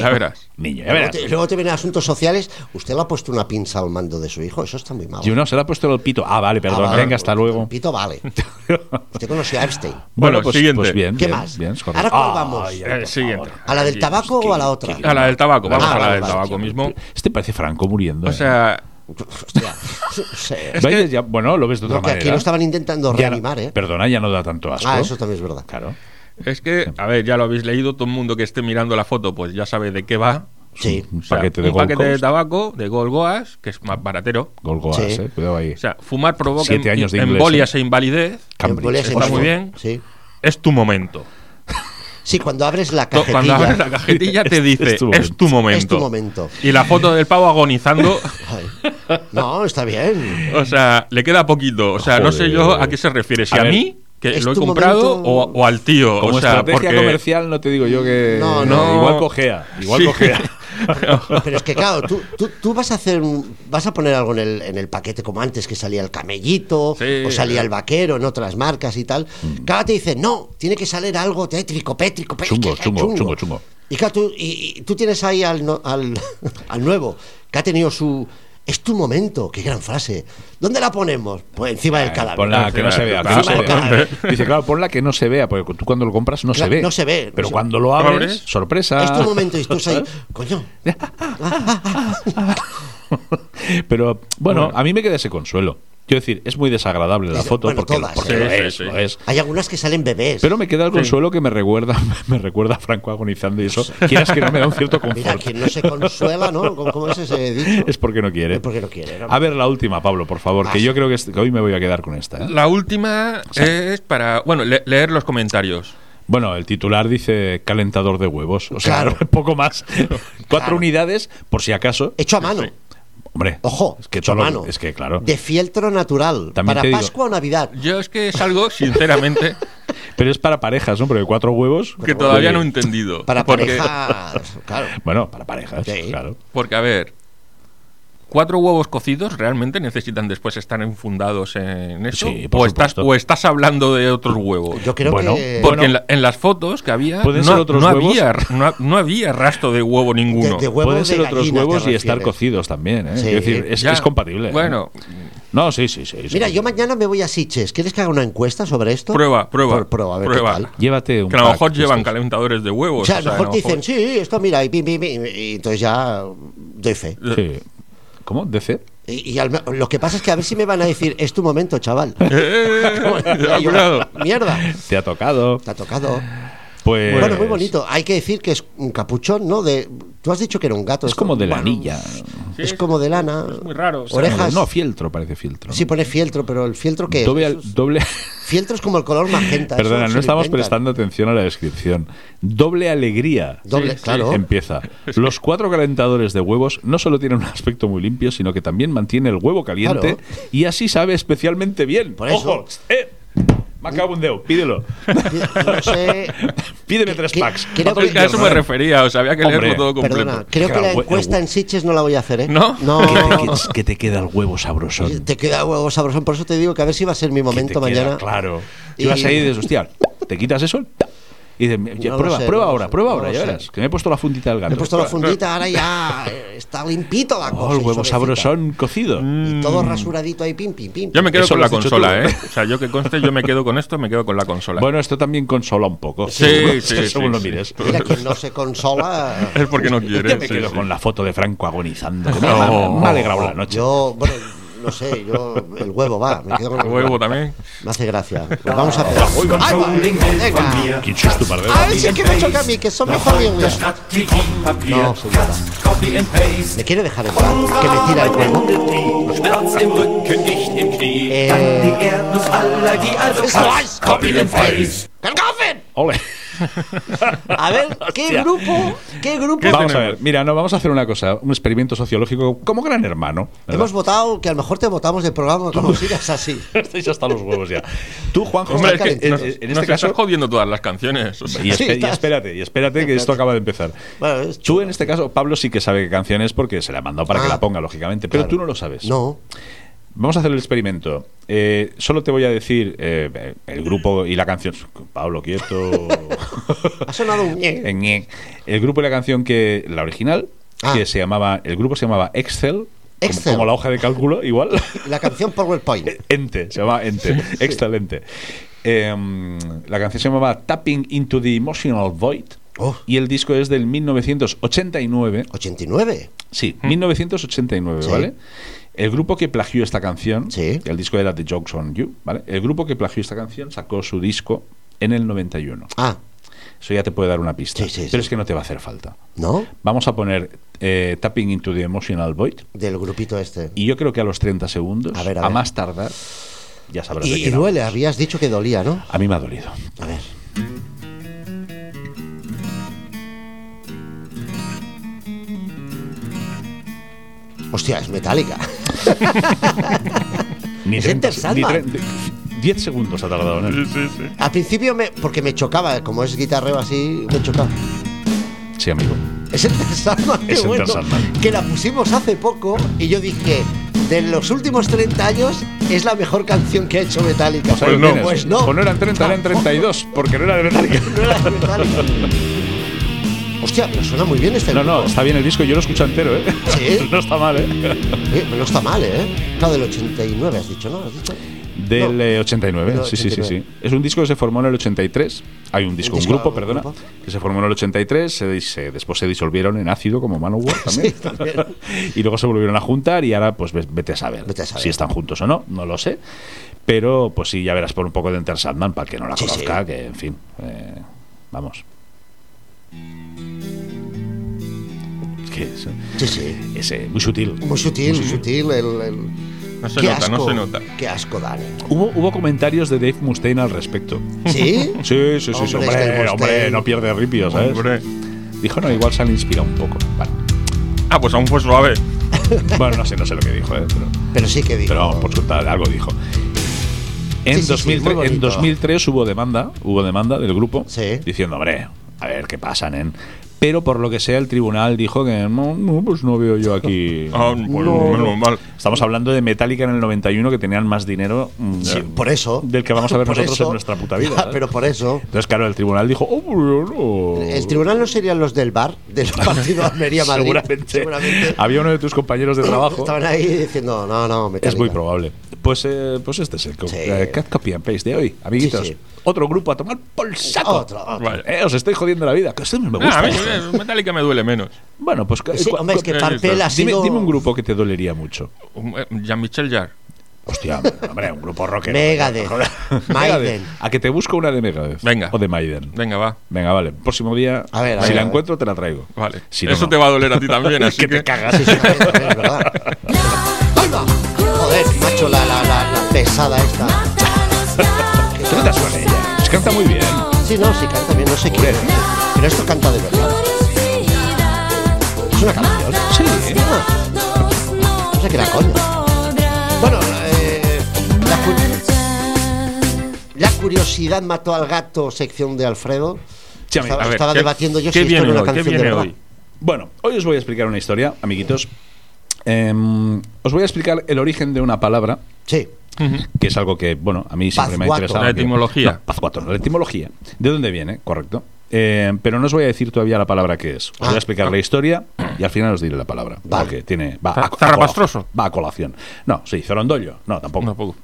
S3: Ya verás.
S2: Niño, ya
S1: Luego
S2: verás.
S1: te, luego te vienen asuntos sociales. Usted le ha puesto una pinza al mando de su hijo, eso está muy mal. pues,
S2: Yo no, se la ha puesto el pito. Ah, vale, perdón. Venga, hasta luego.
S1: Pito vale. Usted conoció a
S3: (laughs)
S1: Epstein.
S3: Bueno, siguiente.
S2: pues bien,
S1: ¿Qué
S2: bien,
S1: más?
S2: bien, es correcto.
S1: Ahora, ¿cuál
S2: Ay,
S1: vamos?
S2: ay,
S3: Eh,
S2: por favor.
S3: siguiente.
S1: ¿A la del tabaco o a la otra?
S3: A la del tabaco, vamos
S1: Ah,
S3: a la
S1: vale,
S3: del
S1: vale.
S3: tabaco mismo.
S2: Este parece Franco muriendo.
S3: O
S2: ¿eh?
S3: sea,
S1: (laughs) Hostia.
S2: (laughs)
S1: Sí.
S2: ¿Veis? Ya- bueno, lo ves de otra
S1: No, que
S2: manera.
S1: aquí lo estaban intentando
S2: Ya no-
S1: reanimar, ¿eh?
S2: Perdona, ya no da tanto asco.
S1: Ah, eso también es verdad.
S2: Claro.
S3: es que, a ver, ya lo habéis leído, todo el mundo que esté mirando la foto, pues ya sabe de qué va.
S1: Sí.
S2: Un
S3: O sea,
S2: paquete de
S3: un
S2: Gold
S3: paquete de
S2: Coast.
S3: tabaco de Gold Goas, que es más baratero.
S2: Golgoas,
S1: Sí.
S2: eh. Cuidado ahí.
S3: O sea, fumar provoca
S2: Siete años de
S3: em-
S2: inglés, ¿eh?
S3: embolias e invalidez.
S1: Embolias
S2: Cambridge. eh.
S1: en
S3: Está
S1: Oxford.
S3: muy bien.
S1: Sí.
S3: Es tu momento.
S1: Sí, cuando abres la
S3: To-
S1: cajetilla.
S3: Cuando abres la cajetilla te dice,
S2: (laughs) es tu
S3: es tu momento.
S1: Es tu momento.
S3: Y la foto del pavo
S1: (laughs)
S3: agonizando,
S1: Ay. No, está bien.
S3: o sea, le queda poquito. O sea, no sé
S2: Joder.
S3: yo a qué se refiere. Si a,
S2: ver,
S3: mí, que
S1: Es
S3: lo he
S1: tu
S3: comprado
S1: momento-
S3: o, o al tío.
S2: Como
S3: o sea,
S2: estrategia
S3: porque...
S2: comercial no te digo yo que... eh,
S1: No, no.
S2: Igual cojea, igual
S3: Sí.
S2: cojea.
S1: (laughs) Pero es que claro, tú, tú, tú vas a hacer un- vas a poner algo en el, en el paquete como antes que salía el camellito
S3: Sí.
S1: o salía el vaquero en otras marcas y tal. Cada te dice, "No, tiene que salir algo tétrico, pétrico, pé-
S2: Mm. Chungo,
S1: que-
S2: chungo, chungo, chungo.
S1: Y claro, tú, y, y tú tienes ahí al, no- al, (laughs) al nuevo que ha tenido su es tu momento, qué gran frase. ¿Dónde la ponemos? Pues encima del cadáver.
S2: Eh, Ponla que no se vea. que no se vea. (laughs) Dice, claro, ponla que no se vea, porque tú cuando lo compras no se
S1: Claro,
S2: ve.
S1: no se ve, no
S2: Pero
S1: se
S2: cuando lo
S3: ¿Abres?
S2: abres, sorpresa.
S1: Es tu momento y tú estás ahí, coño.
S2: (laughs) Pero bueno, a mí me queda ese consuelo. Quiero decir, es muy desagradable la
S1: Es-
S2: foto
S1: bueno,
S2: porque,
S1: todas,
S2: porque
S1: sí,
S2: lo
S3: sí,
S2: es,
S3: sí.
S2: lo es.
S1: Hay algunas que salen bebés.
S2: Pero me queda el consuelo que me recuerda, (laughs) me recuerda a Franco agonizando y eso. Quieras que no me da un cierto
S1: Mira,
S2: confort.
S1: quien no se consuela, ¿no? ¿Cómo, cómo es ese
S2: (laughs)
S1: dicho?
S2: Es porque no quiere.
S1: Es porque no quiere, ¿no?
S2: A ver la última, Pablo, por favor, que
S1: Ah.
S2: yo creo que, es- que hoy me voy a quedar con esta. ¿eh?
S3: (laughs) La última es para, bueno, le- leer los comentarios.
S2: Bueno, el titular dice calentador de huevos. O sea,
S1: Claro.
S2: (laughs) poco más. Cuatro
S1: Claro.
S2: unidades, por si acaso.
S1: Hecho a mano.
S2: Hombre,
S1: Ojo,
S2: es que,
S1: hecho a
S2: todo lo-
S1: mano.
S2: es que claro.
S1: De fieltro natural.
S2: También te
S1: para
S2: digo-
S1: Pascua o Navidad.
S3: Yo es que es
S1: (laughs)
S3: algo, sinceramente,
S2: Pero es para parejas, ¿no? Porque cuatro huevos.
S3: que todavía no he
S2: Sí.
S3: entendido.
S1: Para
S2: (laughs)
S3: porque,
S1: parejas. Claro.
S2: Bueno, para parejas,
S1: Sí.
S2: claro.
S3: Porque, a ver, cuatro huevos cocidos realmente necesitan después estar enfundados en eso.
S2: Sí, por
S3: o, estás,
S2: supuesto.
S3: o estás hablando de otros huevos.
S1: Yo creo
S2: Bueno,
S1: que.
S3: Porque
S2: Bueno.
S3: en, la- en las fotos que había no,
S2: ¿Pueden ser otros
S3: no
S2: huevos?
S3: había, no, ha- no había rastro de huevo
S1: de,
S3: ninguno.
S1: de huevos
S2: Pueden ser
S1: de
S2: otros
S1: gallina
S2: huevos
S1: te
S2: y estar
S1: refieres.
S2: cocidos también, ¿eh?
S1: Sí.
S2: Quiero decir, es,
S3: Ya.
S2: es compatible. ¿eh?
S3: Bueno,
S2: No, sí, sí, sí. sí.
S1: Mira, yo mañana me voy a Siches. ¿Quieres que haga una encuesta sobre esto?
S3: Prueba, prueba,
S1: Por- prueba, a ver qué
S3: prueba.
S1: tal.
S2: Llévate un
S3: que a lo
S2: pack
S3: mejor
S2: de
S3: llevan
S2: estos.
S3: calentadores de huevos.
S2: Pues,
S1: O sea, a lo
S3: o sea,
S1: mejor te
S3: mejor-
S1: dicen, (laughs) sí, esto mira, y, pim, pim, pim, y entonces ya doy fe.
S2: Sí. ¿Cómo? ¿DC?
S1: Y, y al- lo que pasa es que a ver si me van a decir, es tu momento,
S2: (laughs)
S1: chaval.
S3: Eh,
S1: Y yo,
S3: (laughs) cuidado.
S1: Mierda,
S2: Te ha tocado.
S1: te ha tocado.
S2: Pues.
S1: Bueno, muy bonito. Hay que decir que es un capuchón, ¿no? De, tú has dicho que era un gato.
S2: Es
S1: esto.
S2: como de
S1: Bueno,
S2: lanilla.
S1: es como de lana.
S3: muy raro, o sea,
S1: Orejas.
S2: No, fieltro, parece fieltro. ¿no?
S1: Sí pone fieltro, pero el fieltro que
S2: doble. al-
S1: (laughs)
S2: doble
S1: Fieltro es como el color magenta. eso
S2: perdona,
S1: se
S2: no
S1: lo
S2: estamos
S1: inventan.
S2: prestando atención a la descripción. Doble alegría.
S1: Doble,
S3: Sí, sí.
S1: claro.
S2: Empieza. Los cuatro calentadores de huevos no solo tienen un aspecto muy limpio, sino que también mantiene el huevo caliente
S1: Claro.
S2: y así sabe especialmente bien.
S1: Por eso.
S2: ¡Ojo! ¡Eh! Me acabo un dedo, pídelo.
S1: No sé.
S2: (laughs) Pídeme
S1: Que-
S2: tres
S1: que-
S2: packs.
S1: creo
S2: No te
S1: que-
S3: Es que a eso me
S2: pierdas.
S3: refería, o sea, había que
S2: Hombre,
S3: leerlo todo completo.
S1: Perdona, creo que
S2: Claro,
S1: la
S2: hue-
S1: encuesta
S2: hue-
S1: en Sitches no la voy a hacer, ¿eh?
S3: ¿No?
S2: Que
S1: No.
S2: te, que te queda el huevo sabrosón.
S1: Te queda huevo sabrosón, por eso te digo que a ver si va a ser mi
S2: Que te
S1: momento
S2: queda,
S1: mañana.
S2: claro.
S1: Y-
S2: Y vas ahí y dices, hostia, te quitas eso y dices, ya,
S1: No lo
S2: prueba,
S1: sé,
S2: prueba
S1: no lo
S2: ahora,
S1: sé,
S2: prueba
S1: no
S2: ahora,
S1: lo
S2: ya
S1: sé.
S2: verás. Que me he puesto la fundita del gato.
S1: He puesto la fundita, ahora ya eh, está limpito la cosa.
S2: Oh, el
S1: y
S2: huevo
S1: suavecita.
S2: sabrosón cocido.
S1: Y todo rasuradito ahí, pim, pim, pim.
S3: Yo me quedo
S2: Eso
S3: con
S2: lo
S3: la
S2: has dicho
S3: consola,
S2: tú.
S3: ¿eh? O sea, yo que conste, yo me quedo con esto, me quedo con la consola.
S2: Bueno, esto también consola un poco.
S3: Sí,
S2: según-
S3: sí,
S2: (laughs) según
S3: sí,
S2: lo
S3: sí.
S2: mires.
S1: Mira, quien no se consola.
S3: (laughs) es porque no quiere.
S2: Yo me
S3: sí,
S2: quedo
S3: sí.
S2: con la foto de Franco agonizando. Me-
S3: No.
S2: Me ha alegrado la noche.
S1: Yo, bueno, no sé, yo. El huevo va, me quedo con el
S3: Huevo también.
S1: Me hace gracia. Pues vamos a hacer. Ay, va, venga.
S2: ¿Quién sos tú, pardeo?
S1: A ver si es que me choca a mí, que son mejor bien. No, señora.
S6: Copy and paste.
S1: Me quiere dejar en paz, que me tira el huevo.
S6: Schmerz im Rücken, nicht im Knie.
S1: Eh,
S6: Die Erdnussallergie, also
S1: Esto es.
S6: Quatsch. Copy and paste.
S2: Ole.
S1: A ver, ¿qué
S2: Hostia.
S1: grupo? ¿Qué grupo?
S2: Vamos a
S3: tenemos?
S2: ver. Mira, no, vamos a hacer una cosa. Un experimento sociológico como gran hermano. ¿verdad?
S1: Hemos votado que a lo mejor te votamos del programa como sigas así.
S2: (laughs) Estáis hasta los huevos ya. Tú, Juanjo,
S3: Hombre, es
S2: en-
S3: que
S2: en,
S3: nos,
S2: en este
S3: nos estás
S2: caso...
S3: jodiendo todas las canciones. o sea.
S2: Y, espe- y
S1: estás-
S2: espérate, y espérate que esto acaba de empezar.
S1: Bueno, es
S2: Tú, en este caso, Pablo sí que sabe qué canción es porque se la ha mandado para que
S1: Ah.
S2: la ponga, lógicamente. Pero
S1: Claro.
S2: tú no lo sabes.
S1: No,
S2: Vamos a hacer el experimento. Eh, solo te voy a decir eh, el grupo y la canción.
S1: (laughs)
S2: Pablo, quieto.
S1: ha sonado un ñe.
S2: Ñe. el grupo y la canción que. La original,
S1: Ah.
S2: que se llamaba. El grupo se llamaba Excel. como-
S1: Excel.
S2: Como, la hoja de cálculo, igual. (laughs)
S1: La canción PowerPoint.
S2: Ente, se llamaba Ente. Excelente. Eh, la canción se llamaba Tapping into the Emotional Void.
S1: Oh.
S2: Y el disco es del 1989.
S1: 89.
S2: Sí, 1989,
S1: Sí.
S2: ¿vale? El grupo que plagió esta canción,
S1: Sí.
S2: el disco era The Jokes on You, ¿vale? El grupo que plagió esta canción sacó su disco en el 91.
S1: Ah,
S2: Eso ya te puede dar una pista,
S1: Sí, sí,
S2: pero
S1: sí.
S2: es que no te va a hacer falta.
S1: ¿no?
S2: Vamos a poner eh, Tapping into the Emotional Void
S1: Del grupito este. Y,
S2: y yo creo que a los 30 segundos,
S1: A
S2: a,
S1: ver, a ver.
S2: más tardar, ya sabrás de
S1: y
S2: quién
S1: duele,
S2: hablamos.
S1: habías dicho que dolía, ¿no?
S2: A mí me ha dolido.
S1: A ver. Hostia, es metálica.
S2: Ni (laughs)
S1: Es Enter Sandman.
S2: 10 segundos ha tardado en él.
S3: sí, sí.
S1: Al principio, me, porque me chocaba, como es guitarreo así, me chocaba.
S2: Sí, amigo.
S1: Es el Tarzan,
S2: Es el
S1: bueno,
S2: Tarzán.
S1: que la pusimos hace poco y yo dije, de los últimos 30 años es la mejor canción que ha hecho Metallica.
S2: Pues ahí
S1: Pues
S2: lo tienes.
S1: pues no.
S2: O no eran 30, eran 32, porque no era
S1: (laughs)
S2: de Metallica.
S1: No era de Metallica. Hostia, pero suena muy bien este
S2: No,
S1: grupo.
S2: no, está bien el disco, yo lo escucho entero, ¿eh?
S1: Sí.
S2: (laughs) No está mal, ¿eh?
S1: Eh, no está mal, ¿eh? Claro, del 89 has dicho, ¿no? ¿Has dicho?
S2: Del eh, 89,
S1: Del
S2: sí, sí, sí,
S1: 89.
S2: sí. Es un disco que se formó en el 83. Hay un disco, un,
S1: disco,
S2: grupo,
S1: un
S2: perdona,
S1: grupo.
S2: que se formó en el 83. Se, dis- se- después se disolvieron en ácido como Manowar
S1: (laughs)
S2: también.
S1: Sí, también.
S2: (laughs) y luego se volvieron a juntar y ahora, pues ve- vete a, saber
S1: Vete a saber.
S2: si están juntos o no, no lo sé. Pero, pues sí, ya verás por un poco de Enter Sandman, para el que no la
S1: Sí, sí.
S2: conozca, que en fin, eh, vamos. Es que es,
S1: Sí, sí.
S2: es, eh, muy sutil.
S1: Muy sutil, muy sutil. El, el-
S3: No se
S1: Qué
S3: nota, no
S1: asco,
S3: se nota.
S1: Qué asco, Dani.
S2: Hubo, hubo comentarios de Dave Mustaine al respecto.
S1: ¿Sí?
S2: Sí, sí, sí, sí,
S1: Hombre,
S2: hombre,
S1: es que el
S2: hombre,
S1: Mustaine-
S2: no pierde ripio, ¿sabes?
S3: Hombre.
S2: Dijo, no, igual se han inspirado un poco.
S1: (laughs)
S2: Vale.
S3: Ah, pues aún fue suave.
S2: Bueno, no sé, no sé lo que dijo, ¿eh? pero,
S1: Pero sí que digo.
S2: pero vamos, por contar, algo dijo. En,
S1: Sí, sí, sí,
S2: 2003,
S1: muy
S2: en
S1: bonito.
S2: 2003 hubo demanda, hubo demanda del grupo
S1: Sí.
S2: diciendo, hombre, a ver qué pasa, nen. Pero por lo que sea, el tribunal dijo que no, no, pues no veo
S1: (laughs)
S2: yo aquí.
S3: Ah, pues menos mal.
S2: Estamos hablando de Metallica en el 91 que tenían más dinero mm,
S1: Sí,
S2: eh,
S1: por eso.
S2: del que vamos a ver
S1: Por
S2: nosotros
S1: eso-
S2: en nuestra puta vida.
S1: Ya,
S2: ¿eh?
S1: pero por eso.
S2: Entonces, claro, el tribunal dijo, oh, no, no".
S1: El tribunal no serían los del bar,
S2: (laughs)
S1: del partido Almería Madrid.
S2: Seguramente.
S1: Seguramente.
S2: Había uno de tus compañeros de trabajo.
S1: Estaban ahí diciendo, no, no, me
S2: Es muy probable. Pues, eh, pues este es el co-
S1: Sí.
S2: eh, cat copy and paste de hoy, amiguitos.
S1: Sí, sí.
S2: Otro grupo a tomar por saco.
S1: Otro, otro.
S3: Vale.
S2: Eh, os estoy jodiendo la vida. Que a ustedes me
S3: Ah,
S2: gusta.
S3: a mí eh, Metallica me duele menos.
S2: Bueno, pues.
S1: Sí,
S2: cu-
S1: hombre, es
S2: cu-
S1: que
S3: eh,
S1: Parpel ha
S2: dime,
S1: sido.
S2: dime un grupo que te dolería mucho.
S3: Um, eh, Jean-Michel Jarre.
S2: Hostia, hombre, un grupo rockero.
S1: Megadeth,
S2: Joder.
S1: Maiden.
S2: (laughs) Megadeth. A que te busco una de Megadeth.
S3: Venga.
S2: O de Maiden.
S3: Venga, va.
S2: Venga, vale. Próximo día,
S1: A ver, a
S2: si
S1: ver,
S2: la
S1: a ver.
S2: encuentro, te la traigo.
S3: Vale.
S2: Si no,
S3: Eso
S2: no.
S3: te va a doler a ti también, así
S2: (laughs)
S3: que.
S2: que te cagas.
S1: (laughs) (laughs) Sí, sí, también, también, es verdad. ¡Ahí va! Joder, macho, la, la, la, la pesada esta.
S2: Tú no te suena
S1: ¿eh?
S2: ella. Es que canta muy bien.
S1: Sí, no, sí, canta bien, no sé quién. es. Pero esto canta de verdad. Es una canción.
S2: Sí.
S1: No sé qué era coño. Bueno, eh, la, cu- la curiosidad mató al gato, sección de Alfredo.
S2: Sí, a mí-
S1: Estaba,
S3: a ver,
S1: estaba
S3: ¿qué-
S1: debatiendo yo
S3: qué
S1: si esto
S3: viene
S1: era una
S3: hoy? ¿Qué
S1: canción
S3: viene
S1: de
S3: hoy?
S1: verdad.
S2: Bueno, hoy os voy a explicar una historia, amiguitos. Em, os voy a explicar el origen de una palabra,
S1: Sí.
S2: que es algo que, bueno, a mí siempre me ha
S1: Pazguato.
S2: interesado.
S3: La
S2: que-
S3: etimología.
S2: No, pazguato, la etimología. ¿De dónde viene? Correcto. Em, pero no os voy a decir todavía la palabra que es. Os voy
S1: Ah.
S2: a explicar la historia y al final os diré la palabra.
S1: Vale.
S2: Porque tiene. Va
S3: Za-
S2: a, a
S3: zarrapastroso.
S2: Va a colación. No, sí, zorondollo. No, tampoco.
S3: No, poco.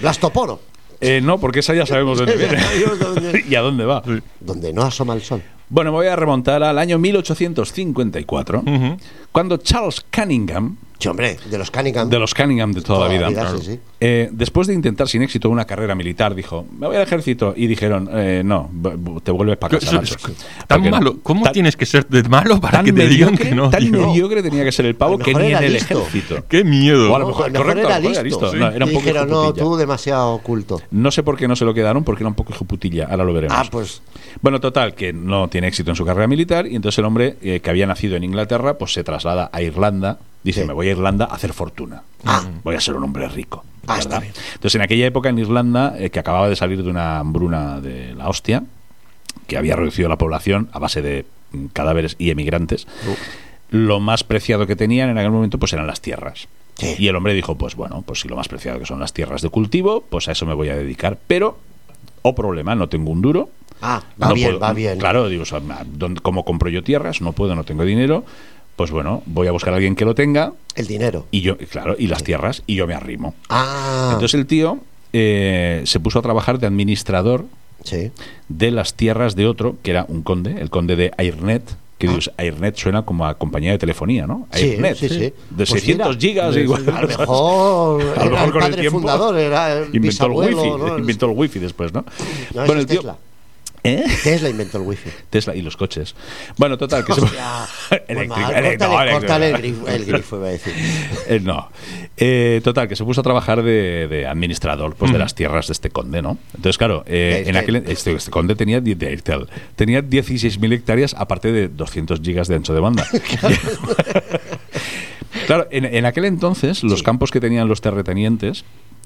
S1: Blastoporo.
S2: (laughs) Eh, no, porque esa ya sabemos dónde
S1: Esa ya sabemos
S2: viene.
S1: dónde-
S2: (laughs) y a dónde va.
S1: Donde no asoma el sol.
S2: Bueno, me voy a remontar al año 1854,
S3: Ujú.
S2: cuando Charles Cunningham,
S1: Sí, hombre, de los Cunningham.
S2: de los Cunningham de toda, la vida,
S1: sí,
S2: claro,
S1: sí.
S2: eh, después de intentar sin éxito una carrera militar, dijo, me voy al ejército. Y dijeron, "Eh, no, b- b- te vuelves para casa.
S3: Eso es
S2: macho".
S3: tan
S2: Porque no-
S3: malo. ¿Cómo
S2: tan-
S3: tienes que ser de malo para
S2: tan
S3: que te digan
S2: mediocre,
S3: que no?
S2: Tan
S3: tío?
S2: mediocre tenía que ser el
S1: A
S2: pavo
S1: lo
S2: que
S1: mejor
S2: ni en
S1: era
S2: el
S1: listo.
S2: ejército.
S3: Qué miedo.
S2: O a lo
S1: No,
S2: mejor,
S1: a lo mejor
S2: correcto,
S1: era
S2: a lo mejor era
S1: listo.
S2: listo. No, era un poco
S1: Dijeron, no,
S2: hijoputilla.
S1: tú demasiado oculto.
S2: No sé por qué no se lo quedaron, porque era un poco hijoputilla. Ahora lo veremos.
S1: Ah, pues.
S2: Bueno, total, que no tiene éxito en su carrera militar y entonces el hombre eh, que había nacido en Inglaterra pues se traslada a Irlanda. Dice,
S1: Sí.
S2: me voy a Irlanda a hacer fortuna.
S1: Ah.
S2: Voy a ser un hombre rico.
S1: Ah,
S2: ¿verdad?
S1: está bien.
S2: Entonces en aquella época en Irlanda, eh, que acababa de salir de una hambruna de la hostia, que había reducido la población a base de mm, cadáveres y emigrantes, lo más preciado que tenían en aquel momento pues eran las tierras.
S1: Sí.
S2: Y el hombre dijo, pues bueno, pues si lo más preciado que son las tierras de cultivo, pues a eso me voy a dedicar. Pero, oh problema, no tengo un duro,
S1: Ah, va
S2: no
S1: bien,
S2: puedo-
S1: va bien.
S2: Claro, digo, o sea, ¿dónde- ¿cómo compro yo tierras? No puedo, no tengo dinero. Pues bueno, voy a buscar a alguien que lo tenga
S1: El dinero.
S2: y yo, claro, y las tierras y yo me arrimo.
S1: Ah,
S2: Entonces el tío eh, se puso a trabajar de administrador
S1: sí.
S2: de las tierras de otro, que era un conde, el conde de Airnet. Que
S1: Ah.
S2: dios, Airnet suena como a compañía de telefonía, ¿no?
S1: Sí,
S2: Airnet.
S1: sí, sí.
S2: ¿eh? De
S1: Pues
S2: 600
S1: mira,
S2: gigas. igual, (laughs)
S1: A lo mejor,
S2: A lo
S1: era
S2: mejor
S1: el
S2: con el
S1: padre
S2: tiempo
S1: fundador, era el
S2: inventó el
S1: bisabuelo,
S2: wifi.
S1: ¿no? El-
S2: (laughs) Inventó el wifi después, ¿no?
S1: No, ese es Tesla.
S2: ¿Eh?
S1: Tesla inventó el wifi.
S2: Tesla y los coches. Bueno, total, que se-
S1: Hostia. Pues
S2: (laughs) Eléctrica,
S1: mal,
S2: elec- no,
S1: Córtale
S2: eléctrica.
S1: córtale el grifo, el grifo, iba a decir.
S2: Eh, no. Eh, total, que se puso a trabajar de, de administrador pues, de las tierras de este conde, ¿no? Entonces, claro, eh,
S1: De
S2: en aquel,
S1: Airtel.
S2: este, este conde tenía, die- de Airtel, tenía 16.000 hectáreas, aparte de 200 gigas de ancho
S1: (laughs)
S2: de banda. (laughs) claro, en, en aquel entonces, los campos que tenían los terratenientes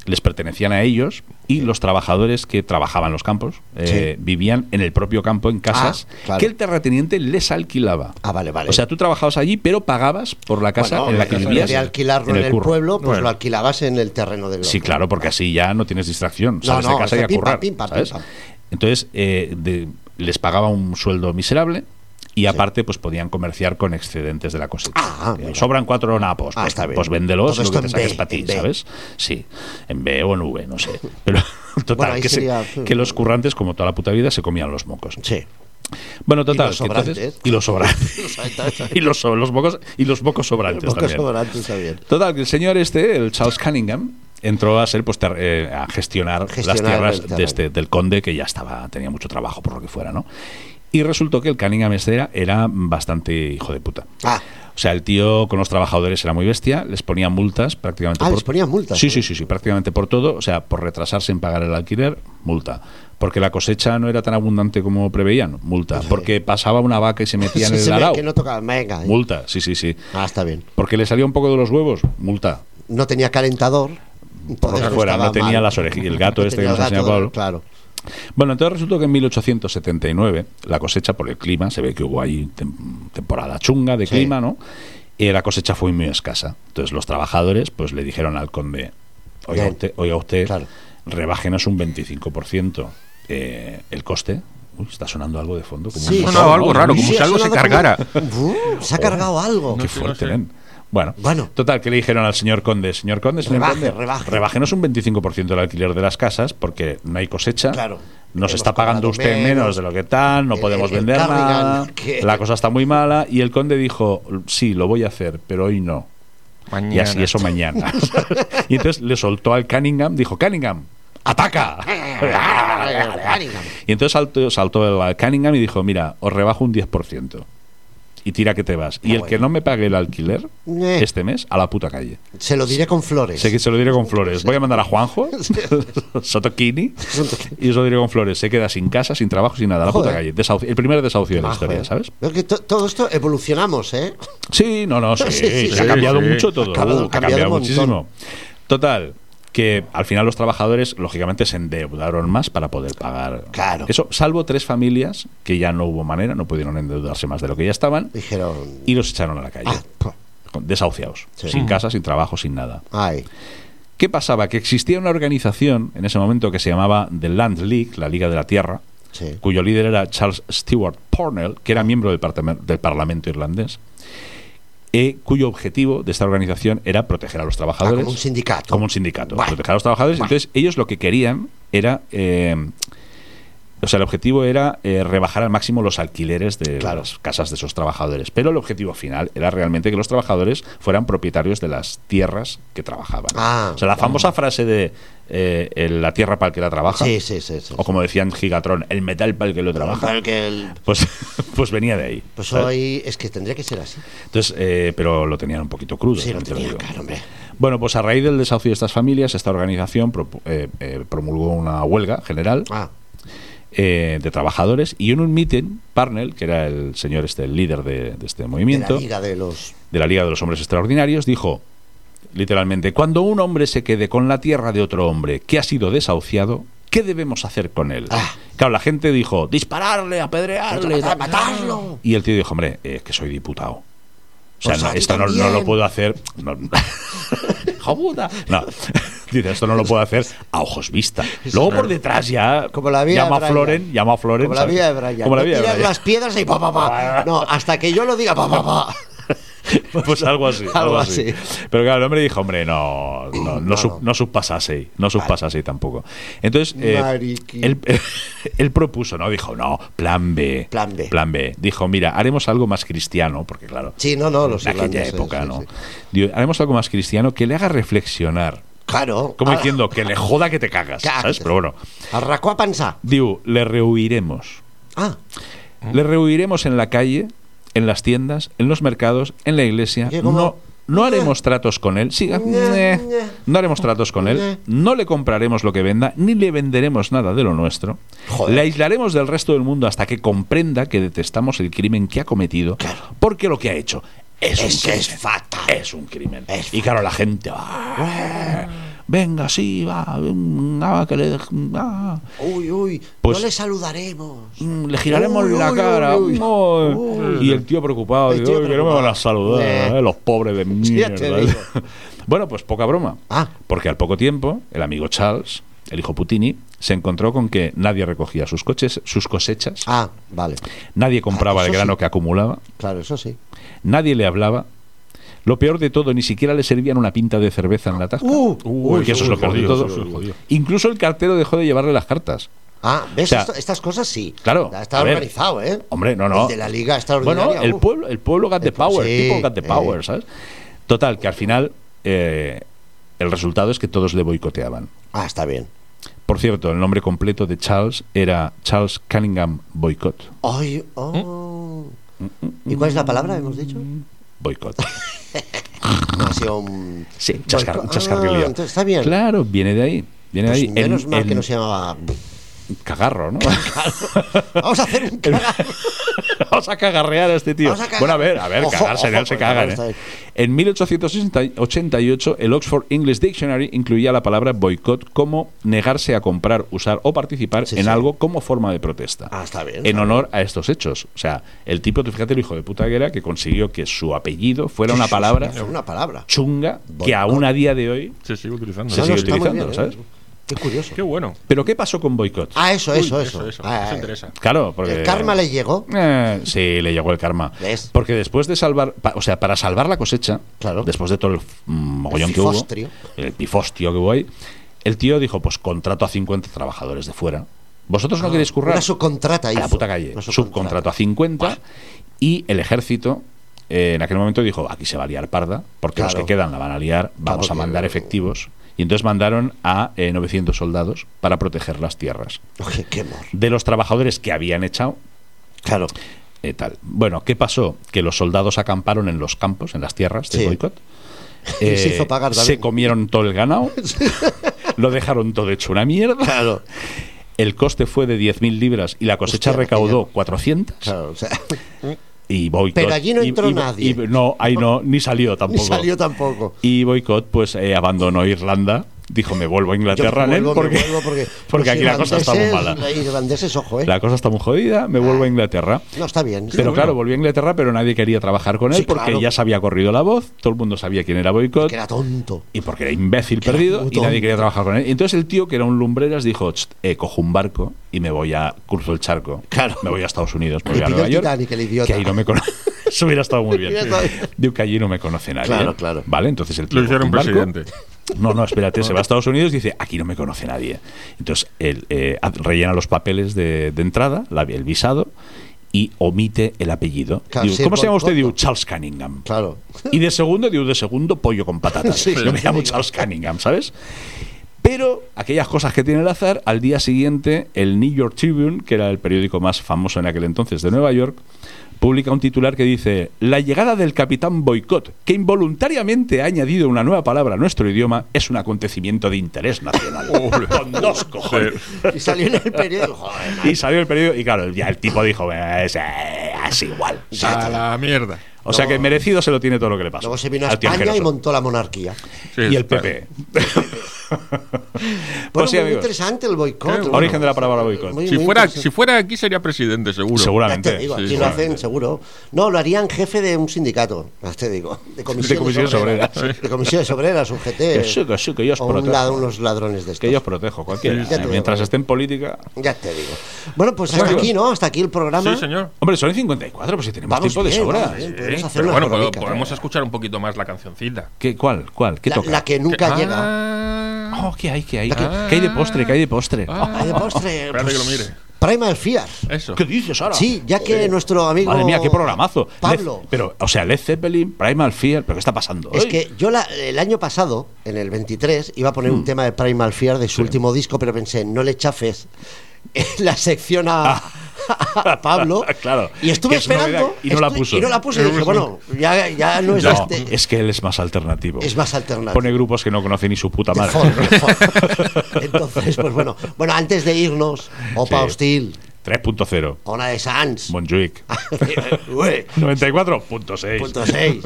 S2: les pertenecían a ellos y los trabajadores que trabajaban los campos eh, vivían en el propio campo, en casas,
S1: Ah, claro.
S2: que el terrateniente les alquilaba.
S1: Ah, vale, vale.
S2: O sea, tú trabajabas allí, pero pagabas por la casa
S1: Bueno,
S2: en la que
S1: vez
S2: vivías.
S1: eh, de alquilarlo en el,
S2: curro.
S1: pueblo, pues
S3: Bueno.
S1: lo alquilabas en el terreno del
S2: Sí,
S1: otro.
S2: claro, porque así ya no tienes distracción. Sales
S1: no,
S2: de casa
S1: es
S2: y
S1: de
S2: a
S1: pim, pam,
S2: currar.
S1: pim, pam,
S2: ¿sabes?
S1: pim, pam.
S2: Entonces, eh, de- les pagaba un sueldo miserable y aparte, pues podían comerciar con excedentes de la cosecha.
S1: Ah,
S2: Eh,
S1: mira.
S2: Sobran cuatro napos.
S1: Ah,
S2: pues,
S1: está bien.
S2: pues véndelos
S1: Todo
S2: lo
S1: esto
S2: que te
S1: en
S2: saques
S1: B,
S2: para ti,
S1: en B.
S2: ¿sabes? Sí, en B o en V, no
S1: (laughs)
S2: sé. Pero total,
S1: ahí
S2: que, se-
S1: sería-
S2: que los currantes, como toda la puta vida, se comían los mocos.
S1: Sí.
S2: Bueno, total.
S1: los
S2: que entonces-
S1: sobrantes.
S2: y los
S1: (laughs)
S2: sobrantes. (laughs) y los, so- los mocos, y los mocos sobrantes
S1: Poco
S2: también.
S1: sobrante, está bien.
S2: Total, que el señor este, el Charles Cunningham, entró a ser pues, ter- eh, a
S1: Gestionar
S2: gestionar,
S1: el
S2: las tierras
S1: terreno.
S2: de este- del conde que ya estaba tenía mucho trabajo por lo que fuera, ¿no? Y resultó que el Cunningham este era, era bastante hijo de puta.
S1: Ah,
S2: O sea, el tío con los trabajadores era muy bestia, les ponía multas prácticamente
S1: Ah,
S2: por
S1: les ponía multas,
S2: Sí,
S1: ¿eh?
S2: sí, sí, sí, prácticamente por todo, o sea, por retrasarse en pagar el alquiler, multa. Porque la cosecha no era tan abundante como preveían, multa. Porque pasaba una vaca y se metía
S1: (laughs)
S2: en
S1: sí,
S2: el
S1: se ve
S2: arao,
S1: que no tocaba. Venga. eh.
S2: multa. Sí, sí, sí.
S1: Ah, está bien.
S2: Porque le salía un poco de los huevos, multa.
S1: No tenía calentador.
S2: Por lo
S1: entonces
S2: que fuera,
S1: estaba
S2: no tenía
S1: mal.
S2: las orejas. El gato
S1: No
S2: este que
S1: tenía
S2: nos
S1: el gato,
S2: enseña Pablo.
S1: Claro.
S2: Bueno, entonces resultó que en 1879 la cosecha por el clima, se ve que hubo ahí tem- temporada chunga de
S1: Sí.
S2: clima, ¿no? Eh, la cosecha fue muy escasa. Entonces los trabajadores pues le dijeron al conde, oiga
S1: Bien.
S2: usted, oiga usted
S1: Claro.
S2: rebájenos un 25% eh, el coste. Uy, está sonando algo de fondo. Como
S1: Sí.
S2: un motor,
S1: Sonaba
S2: ¿no?
S3: algo raro,
S2: Uy,
S3: como
S1: Sí,
S3: si
S1: ha
S3: algo se
S1: sonado como-
S3: cargara.
S1: Uh, se ha cargado algo.
S2: Oh, Qué
S3: sé, no
S2: fuerte,
S3: sé.
S2: nen. Bueno,
S1: Bueno.
S2: total, que le dijeron al señor conde, señor conde, señor
S1: Rebaje,
S2: conde,
S1: rebaje.
S2: rebájenos un 25% del alquiler de las casas porque no hay cosecha.
S1: Claro.
S2: Nos
S1: Hemos
S2: está pagando
S1: cobrado
S2: usted menos,
S1: menos.
S2: de lo que tal, no
S1: El-
S2: podemos
S1: el
S2: vender
S1: Cardigan,
S2: nada,
S1: que-
S2: la cosa está muy mala. Y el conde dijo, sí, lo voy a hacer, pero hoy no.
S3: Mañana.
S2: Y así eso mañana. (laughs) y entonces le soltó al Cunningham, dijo, Cunningham, ataca. y entonces saltó, saltó el Cunningham y dijo, mira, os rebajo un 10%. Y tira que te vas. Y
S1: Ah,
S2: el
S1: bueno.
S2: que no me pague el alquiler
S1: Eh.
S2: este mes, a la puta calle.
S1: Se lo diré con flores.
S2: Sé que se lo diré con flores. Voy a mandar
S1: (laughs)
S2: a Juanjo, (laughs) Sotokini, y se lo diré con flores. Se queda sin casa, sin trabajo, sin nada. A la puta
S1: Joder.
S2: calle. Desahucio- el primer desahucio de la
S1: Majo,
S2: historia,
S1: eh.
S2: ¿sabes?
S1: Veo que to- todo esto evolucionamos, ¿eh?
S2: Sí, no, no, sí,
S1: Sí, sí,
S2: se
S1: sí.
S2: ha cambiado
S3: Sí, sí.
S2: mucho todo.
S1: Ha cambiado-
S2: Uh,
S1: cambiado
S2: ha cambiado
S1: un montón.
S2: muchísimo. Total, que al final los trabajadores, lógicamente, se endeudaron más para poder pagar.
S1: Claro.
S2: Eso, salvo tres familias que ya no hubo manera, no pudieron endeudarse más de lo que ya estaban
S1: Dijeron.
S2: y los echaron a la calle.
S1: Ah, po-
S2: con- Desahuciados,
S1: Sí.
S2: sin
S1: Mm.
S2: casa, sin trabajo, sin nada.
S1: ay.
S2: ¿Qué pasaba? Que existía una organización en ese momento que se llamaba The Land League, la Liga de la Tierra,
S1: Sí.
S2: cuyo líder era Charles Stewart Parnell, que era miembro del, partam- del Parlamento irlandés, eh, cuyo objetivo de esta organización era proteger a los
S1: Ah,
S2: trabajadores.
S1: como un sindicato.
S2: Como un sindicato,
S1: Bueno.
S2: proteger a los trabajadores.
S1: Bueno.
S2: Entonces, ellos lo que querían era. eh, o sea, el objetivo era eh, rebajar al máximo los alquileres de
S1: Claro.
S2: las casas de esos trabajadores. Pero el objetivo final era realmente que los trabajadores fueran propietarios de las tierras que trabajaban.
S1: Ah,
S2: o sea, la famosa frase de eh, el- la tierra para el que la trabaja.
S1: Sí, sí, sí. sí.
S2: O como decían Gigatron, el metal para el que lo trabaja.
S1: Para que el-
S2: Pues, (laughs) pues venía de ahí.
S1: Pues
S2: ¿sabes?
S1: hoy es que tendría que ser así.
S2: Entonces, eh, pero lo tenían un poquito crudo.
S1: Sí, lo
S2: también te
S1: tenía,
S2: digo.
S1: claro, hombre.
S2: Bueno, pues a raíz del desahucio de estas familias, esta organización propu- eh, eh, promulgó una huelga general
S1: Ah,
S2: eh, de trabajadores y en un meeting, Parnell, que era el señor este, el líder de, de este
S1: de la
S2: movimiento,
S1: liga de los.
S2: de la Liga de los Hombres Extraordinarios, dijo literalmente, cuando un hombre se quede con la tierra de otro hombre que ha sido desahuciado, ¿qué debemos hacer con él?
S1: Ah.
S2: Claro, la gente dijo, dispararle, apedrearle,
S1: Matar-
S2: tal".
S1: matarlo.
S2: Y el tío dijo, hombre, eh, es que soy diputado. O sea,
S1: Pues
S2: no,
S1: a ti
S2: esto no, no
S1: también.
S2: lo puedo hacer. No,
S1: (laughs)
S2: ¡Hijo puta! No. (laughs) Dice, esto no lo puedo hacer a ojos vista. Luego por detrás ya.
S1: Como la vida de
S2: llama a
S1: Brian.
S2: Floren, llama a Floren.
S1: Como la
S2: ¿sabes?
S1: vida de Brian.
S2: Como la
S1: No
S2: vida de
S1: tiras
S2: Brian.
S1: las piedras y pa, pa,
S2: (laughs)
S1: pa. No, hasta que yo lo diga pa, pa, pa.
S2: Pues algo así.
S1: Algo
S2: algo así.
S1: así.
S2: Pero claro, el hombre dijo, hombre, no, no, no, sub- no subpasaseis, no subpasaseis tampoco. Entonces, eh,
S1: Mariqui.
S2: él, (laughs) él propuso, ¿no? Dijo, no, plan B.
S1: Plan B.
S2: Plan B. Dijo, mira, haremos algo más cristiano, porque claro,
S1: Sí, no, no, los
S2: en aquella
S1: irlandeses,
S2: época,
S1: sí,
S2: ¿no?
S1: sí.
S2: Digo, haremos algo más cristiano que le haga reflexionar.
S1: Claro.
S2: Como
S1: Ah,
S2: diciendo, que le joda que te cagas,
S1: Cágate.
S2: ¿sabes? Pero bueno.
S1: Arracó a panza.
S2: Digo, le rehuiremos.
S1: Ah,
S2: ¿Eh? Le rehuiremos en la calle, en las tiendas, en los mercados, en la iglesia.
S1: Que como-
S2: No, no haremos tratos con él. Siga.
S1: Ñe,
S2: Ñe.
S1: ñe.
S2: No haremos tratos con él.
S1: Ñe.
S2: No le compraremos lo que venda, ni le venderemos nada de lo nuestro.
S1: Joder.
S2: Le aislaremos del resto del mundo hasta que comprenda que detestamos el crimen que ha cometido, porque lo que ha hecho es, un
S1: es que
S2: crimen.
S1: es fatal.
S2: Es un crimen.
S1: Es
S2: y claro, la gente. ¡ah! venga, sí, va, venga, que le, ah,
S1: Uy, uy,
S2: Pues-
S1: no le saludaremos.
S2: mm, le giraremos
S1: Uy,
S2: la
S1: uy,
S2: cara.
S1: uy, uy.
S2: Uy. Y el tío preocupado,
S1: El
S2: digo,
S1: tío
S2: "Ay, que no me
S1: preocupado.
S2: van a saludar,
S1: Eh.
S2: eh, los
S1: (laughs)
S2: pobres de
S1: Ya te
S2: mierda.
S1: digo.
S2: (laughs) bueno, pues poca broma.
S1: Ah.
S2: Porque al poco tiempo, el amigo Charles, el hijo Putini, se encontró con que nadie recogía sus coches, sus cosechas,
S1: Ah, vale.
S2: nadie compraba
S1: Ah,
S2: el
S1: eso
S2: grano
S1: sí.
S2: que acumulaba,
S1: Claro, eso sí.
S2: nadie le hablaba. Lo peor de todo, ni siquiera le servían una pinta de cerveza en la tasca.
S1: Uh,
S2: Uy, que eso es lo peor de
S3: jodido,
S2: todo.
S3: eso es jodido.
S2: Incluso el cartero dejó de llevarle las cartas.
S1: Ah, ¿ves?
S2: O sea,
S1: Esto- estas cosas sí.
S2: claro,
S1: Está
S2: a ver.
S1: organizado, ¿eh?
S2: Hombre, no, no.
S1: El de la liga extraordinaria.
S2: Bueno, el
S1: uf.
S2: pueblo, el pueblo got the
S1: El pue-
S2: power,
S1: sí,
S2: people got the
S1: eh.
S2: power, ¿sabes? Total, que al final eh, el resultado es que todos le boicoteaban.
S1: Ah, está bien.
S2: Por cierto, el nombre completo de Charles era Charles Cunningham Boycott.
S1: Ay, oh. ¿Y cuál es la palabra, hemos dicho? (laughs)
S2: Boycott.
S1: No ha sido un...
S2: Sí, chascar,
S1: Boicot. Ah,
S2: chascarrillo.
S1: entonces está bien.
S2: Claro, viene de ahí. Viene
S1: Pues
S2: de ahí.
S1: menos
S2: El-
S1: mal que
S2: el
S1: no se llamaba...
S2: Cagarro,
S1: (laughs)
S2: ¿no? (laughs)
S1: Vamos a hacer un cagado.
S2: Vamos a cagarrear a este tío.
S1: Vamos a cagar-
S2: bueno, a ver, a ver,
S1: Ojo,
S2: cagarse,
S1: ojo,
S2: no se
S1: porque ahora
S2: cagan.
S1: está
S2: ¿eh?
S1: ahí.
S2: En 1888, el Oxford English Dictionary incluía la palabra boicot como negarse a comprar, usar o participar
S1: Sí,
S2: en
S1: sí.
S2: algo como forma de protesta.
S1: Ah, está bien.
S2: En honor a estos hechos. O sea, el tipo, tú fíjate, el hijo de puta que era, que consiguió que su apellido fuera una palabra
S1: Es una palabra.
S2: chunga que
S1: Boicot.
S2: aún a día de hoy.
S3: Se sigue utilizando.
S2: Se
S1: No,
S2: sigue
S1: no, está muy
S2: utilizando,
S1: bien,
S2: ¿sabes?
S1: ¿eh? Qué curioso.
S3: Qué bueno.
S2: ¿Pero qué pasó con boicot?
S1: Ah, eso,
S3: Uy,
S1: eso, eso.
S3: eso, eso.
S1: Ah,
S3: Eso
S1: eh.
S3: interesa.
S2: Claro, porque.
S1: El karma le llegó.
S2: Eh, sí, le llegó el karma.
S1: ¿Ves?
S2: Porque después de salvar, pa- o sea, para salvar la cosecha,
S1: Claro.
S2: después de todo el mm, mogollón que hubo,
S1: pifostrio.
S2: el pifostio que hubo ahí, el tío dijo, pues contrato a 50 trabajadores de fuera. Vosotros no queréis currar
S1: Ah, Una subcontrata
S2: a
S1: hizo.
S2: la puta calle.
S1: Una
S2: Subcontrato a 50 y el ejército eh, en aquel momento dijo, aquí se va a liar parda, porque los
S1: Claro.
S2: que quedan la van a liar, vamos
S1: Claro,
S2: a mandar
S1: porque-
S2: efectivos. Y entonces mandaron a eh, 900 soldados para proteger las tierras.
S1: Oye, qué mor.
S2: De los trabajadores que habían echado,
S1: Claro.
S2: eh, tal. Bueno, ¿qué pasó? Que los soldados acamparon en los campos, en las tierras de
S1: Sí. (laughs)
S2: boicot. Eh,
S1: Y se hizo pagar también.
S2: se comieron todo
S1: (laughs)
S2: el ganado, lo dejaron todo hecho una mierda.
S1: Claro.
S2: El coste fue de 10.000 libras y la cosecha
S1: Hostia,
S2: recaudó 400.
S1: Claro, o sea, (laughs)
S2: Y boicot.
S1: Pero allí no
S2: y-
S1: entró
S2: y-
S1: nadie.
S2: y- no, ahí no, ni
S1: (laughs)
S2: salió
S1: ni
S2: tampoco.
S1: salió tampoco.
S2: Y boicot, pues eh, abandonó Irlanda. Dijo, me vuelvo a
S1: Yo
S2: Inglaterra,
S1: me
S2: nen,
S1: vuelvo, me
S2: porque,
S1: vuelvo porque,
S2: (laughs) porque
S1: los
S2: aquí la cosa está muy
S1: irlandeses- Ah.
S2: mala.
S1: Los irlandeses, ojo, ¿eh?
S2: La cosa está muy jodida, me vuelvo a Inglaterra.
S1: No, está bien.
S2: Pero claro, volvió a Inglaterra, pero nadie quería trabajar con él
S1: Sí,
S2: porque
S1: claro.
S2: ya se había corrido la voz, todo el mundo sabía quién era Boycott
S1: Que era tonto.
S2: y porque era imbécil
S1: que era
S2: perdido
S1: muy
S2: y nadie
S1: tonto.
S2: quería trabajar con él. Y entonces el tío, que era un lumbreras, dijo, "Tst, eh, cojo un barco y me voy a curso el charco.
S1: Claro.
S2: Me voy a Estados Unidos, me
S1: Le
S2: voy a
S1: pidió
S2: Nueva
S1: el
S2: York.
S1: Titanic, el idiota.
S2: Que ahí no me conoce. (laughs) Eso hubiera estado muy bien.
S1: Hubiera estado bien.
S2: Digo que allí no me conoce nadie. ¿eh?
S1: Claro, claro.
S2: Vale, entonces el tío
S3: Lo hicieron
S2: coge un barco.
S3: presidente.
S2: No, no, espérate, se va a Estados Unidos y dice, aquí no me conoce nadie. Entonces, él eh, haz- rellena los papeles de, de entrada, la- el visado, y omite el apellido.
S1: Claro,
S2: Digo,
S1: sí,
S2: ¿Cómo se llama
S1: boicot,
S2: usted? Digo,
S1: ¿no?
S2: Charles Cunningham.
S1: Claro.
S2: Y de segundo, digo, de segundo, pollo con patatas.
S1: Sí,
S2: Yo me llamo Charles Cunningham, ¿sabes? Pero aquellas cosas que tiene el azar, al día siguiente, el New York Tribune, que era el periódico más famoso en aquel entonces de Nueva York, publica un titular que dice: La llegada del capitán Boicot, que involuntariamente ha añadido una nueva palabra a nuestro idioma, es un acontecimiento de
S1: (laughs)
S2: interés nacional. con dos cojones.
S1: (laughs) Y salió en el periódico. Joder,
S2: Y salió el periódico, y claro, ya el tipo dijo: "Eh, Es, eh, es igual.
S3: A la mierda.
S2: O sea que merecido se lo tiene todo lo que le pasa.
S1: Luego se vino a
S2: al tío
S1: España y
S2: asqueroso. Pues
S1: montó la monarquía.
S3: Sí,
S2: y el
S3: está
S2: PP. (laughs)
S1: Bueno,
S2: pues sí,
S1: muy
S2: amigos.
S1: interesante el boicot.
S3: Qué bueno.
S2: Origen de la palabra boicot.
S1: Muy-
S3: Si
S1: muy
S3: fuera,
S1: interesante.
S3: si fuera aquí sería presidente, seguro.
S1: Ya te
S2: Seguramente.
S1: digo,
S3: sí,
S1: aquí lo
S3: seguramente.
S1: hacen seguro. No, lo harían jefe de un sindicato, ya te digo. De comisiones,
S2: comisiones
S1: obreras.
S2: obreras.
S1: De comisiones obreras, un GT.
S2: Que sí, que sí, que yo os
S1: o un
S2: protejo.
S1: lad- unos ladrones de estos.
S2: Que yo os protejo, cualquiera.
S1: Sí, ya te digo.
S2: Mientras esté en política.
S1: Ya te digo. Bueno, pues hasta
S2: Bueno.
S1: aquí, ¿Ah, ¿no? Hasta aquí el programa.
S3: Sí, señor.
S2: Hombre, son 54, pues si tenemos
S1: Vamos
S2: tiempo de
S1: bien,
S2: sobra.
S1: vamos bien,
S3: Sí,
S1: podemos hacer
S3: pero
S1: una
S3: bueno, pod-
S1: crónica,
S3: podemos
S1: ¿eh?
S3: escuchar un poquito más la cancioncita.
S2: ¿Qué, ¿Cuál? ¿Cuál? ¿Qué
S1: la,
S2: toca?
S1: la que nunca
S3: Ah,
S1: llega.
S2: Oh, ¿qué hay? ¿Qué hay? ¿Qué hay de postre? ¿Qué hay de postre?
S3: Ah.
S1: Ay, de postre.
S3: Espérate que lo
S1: pues,
S3: mire.
S1: Primal Fear.
S3: Eso.
S2: Oh, ¿Qué dices ahora?
S1: Sí, ya que nuestro amigo.
S2: Madre mía, qué programazo.
S1: Pablo.
S2: Led- pero, o sea, Led Zeppelin, Primal Fear, ¿pero qué está pasando?
S1: Es
S2: hoy?
S1: que yo la- el año pasado, en el 23, iba a poner
S2: Mm.
S1: un tema de Primal Fear de su último disco, pero pensé, no le chafes la sección a, (laughs) a Pablo.
S2: Ah. (laughs) Claro,
S1: Y estuve
S2: que es novedad,
S1: esperando.
S2: y no la
S1: estu-
S2: puso.
S1: Y no la puse. Y dije, bueno, ya, ya no es
S2: No,
S1: este.
S2: es que él es más alternativo.
S1: Es más alternativo.
S2: Pone grupos que no conoce ni su puta
S1: de
S2: madre.
S1: (laughs)
S2: (laughs)
S1: pues folk, de folk. Entonces, pues bueno. Bueno, antes de irnos, Opa
S2: Sí.
S1: Hostil.
S2: 3.0.
S1: Ona de Sanz.
S3: (laughs)
S2: Montjuic.
S1: (laughs) Ué,
S2: 94.6.
S1: Punto 6.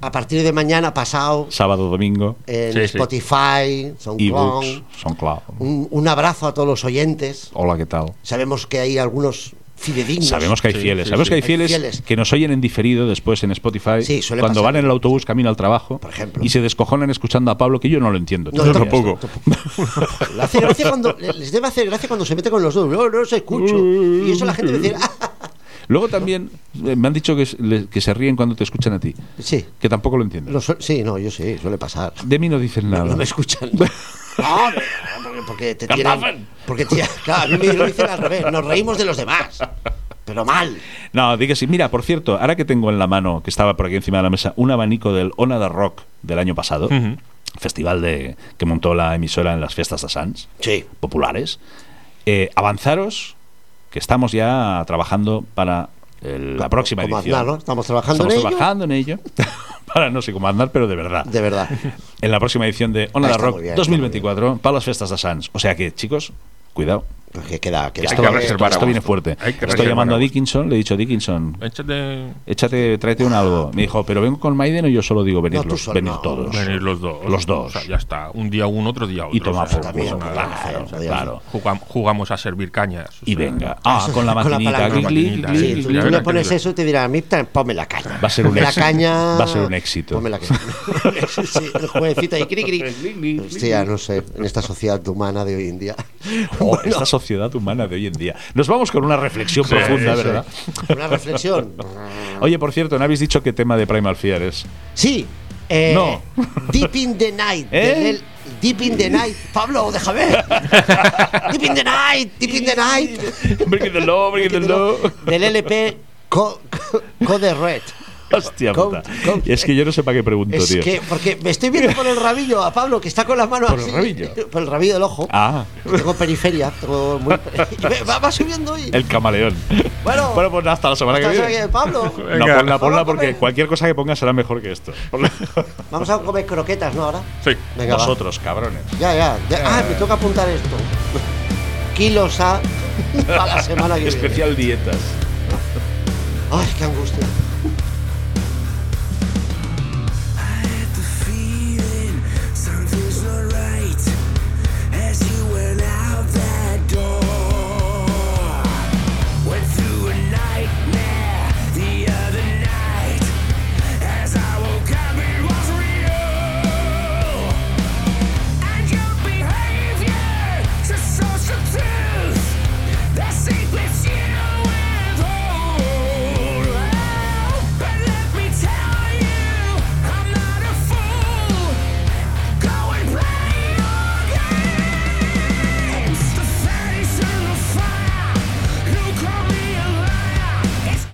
S1: a partir de mañana pasado
S2: Sábado, domingo.
S1: en
S3: Sí, sí.
S1: Spotify,
S2: Ebooks.
S1: SoundCloud.
S2: Son
S1: Un, un abrazo a todos los oyentes.
S2: Hola, ¿qué tal?
S1: Sabemos que hay algunos fidedignos.
S2: Sabemos que hay
S3: Sí,
S2: fieles.
S3: sí,
S2: Sabemos
S3: sí.
S2: que hay
S1: Hay
S2: fieles,
S1: fieles.
S2: que nos oyen en diferido después en Spotify.
S1: Sí, suele
S2: cuando
S1: pasar.
S2: van en el autobús camino al trabajo
S1: Por ejemplo.
S2: y se descojonan escuchando a Pablo, que yo no lo entiendo.
S1: No,
S2: Yo
S1: yo
S2: tampoco.
S1: Le hace gracia cuando- les debe hacer gracia cuando se mete con los dos. No, no los escucho. Y eso la gente me dice. "Ah".
S2: Luego también eh, me han dicho que, es- le- que se ríen cuando te escuchan a ti,
S1: Sí,
S2: que tampoco lo entiendo.
S1: lo su- sí, no, yo sí, suele pasar.
S2: De mí no dicen nada.
S1: No me escuchan. No, (laughs)
S2: (laughs)
S1: no, porque- porque te tienen. Porque tía- claro, a mí me lo dicen al revés. Nos reímos de los demás. Pero mal.
S2: No, di que sí. Mira, por cierto, ahora que tengo en la mano, que estaba por aquí encima de la mesa, un abanico del Ona de Rock del año pasado,
S3: Ujú.
S2: festival de, que montó la emisora en las fiestas de Sans,
S1: Sí.
S2: populares. Eh, avanzaros, que estamos ya trabajando para el- la próxima
S1: Como
S2: edición.
S1: Aznar, ¿no? Estamos trabajando
S2: Estamos
S1: en ello.
S2: trabajando en ello. (laughs) para no sé cómo andar, pero de verdad.
S1: De verdad.
S2: en la próxima edición de Ona
S1: Ah,
S2: de
S1: está
S2: Rock
S1: muy bien, está muy
S2: 2024 para las fiestas de Sans. O sea que, chicos, cuidado.
S1: Porque queda, queda.
S2: que
S3: Hay
S2: esto,
S3: que
S2: va-
S3: reservar
S2: esto
S3: agosto.
S2: viene fuerte.
S3: Hay que
S2: Estoy llamando a
S3: reservar
S2: Dickinson, le he dicho, Dickinson,
S3: Échate
S2: Échate, tráete un algo. Me dijo, pero vengo con Maiden o yo solo digo venir,
S1: Ah. No, tú
S2: los,
S1: solo,
S2: venid
S1: no,
S2: todos.
S3: venir los dos.
S2: Los dos.
S3: O sea, ya está. Un día uno, otro día otro.
S2: y toma
S3: O sea,
S2: por
S3: no
S1: también,
S2: culo.
S3: pasa
S1: claro,
S3: nada.
S2: Claro,
S1: claro.
S2: claro.
S3: Jugam- jugamos a servir cañas. o
S2: Y
S3: sea,
S2: venga. Ah, con la
S1: Con la
S2: maquinita.
S1: palanca.
S2: gli, gli,
S3: Con la
S2: gli.
S1: Sí,
S3: Sí,
S1: tú,
S3: sí,
S1: tú
S3: sí,
S1: le
S3: sí,
S1: pones
S3: sí.
S1: eso y te dirán, Mipta, ponme la caña.
S2: Va a ser un
S1: Ponme la
S2: éxito.
S1: caña.
S2: Va a ser un éxito.
S1: Ponme la
S2: (laughs)
S1: caña. Sí, el jueguecito ahí, cri, cri. Hostia, no sé, en esta sociedad humana de hoy en día.
S2: Oh,
S1: Bueno,
S2: esta sociedad humana de hoy en día. Nos vamos con una reflexión profunda,
S3: sí.
S2: ¿verdad?
S1: una
S2: (laughs)
S1: reflexión.
S2: Oye, por cierto, no habéis dicho qué tema de Primal Fear es.
S1: Sí. eh,
S2: No.
S1: Deep in the night. de
S2: (laughs) ¿Eh?
S1: Lel- Deep in the night. Pablo,
S2: (laughs)
S1: déjame. deep in the night. Deep in the night.
S2: Bring it the law, bring it the law.
S1: Del LP Co- Co- Code Red.
S2: (laughs) Hostia
S1: Count,
S2: puta.
S1: count.
S2: Es que yo no sé para qué pregunto,
S1: Es
S2: tío.
S1: que, porque me estoy viendo por el rabillo a Pablo, que está con las manos
S2: ¿Por el
S1: así.
S2: rabillo?
S1: (laughs) Por el rabillo del ojo.
S2: Ah,
S1: Tengo periferia. Tengo
S2: (laughs)
S1: muy- (laughs) y ve- va, va subiendo y.
S2: el camaleón.
S1: Bueno.
S2: bueno pues hasta la semana que
S1: ¿Estás
S2: viene.
S1: aquí,
S2: (laughs)
S1: Pablo?
S2: No,
S3: Venga.
S2: ponla, ponla,
S1: Vamos,
S2: porque
S1: ponla.
S2: cualquier cosa que pongas será mejor que esto.
S1: Vamos a comer croquetas, ¿no? Ahora.
S3: Sí.
S1: Venga, va.
S2: Vosotros, cabrones.
S1: Ya, ya, ya. Ah, me toca apuntar esto. (laughs) Kilos (laughs) a. para la (laughs) semana que viene.
S2: Especial dietas.
S1: Ay, qué angustia.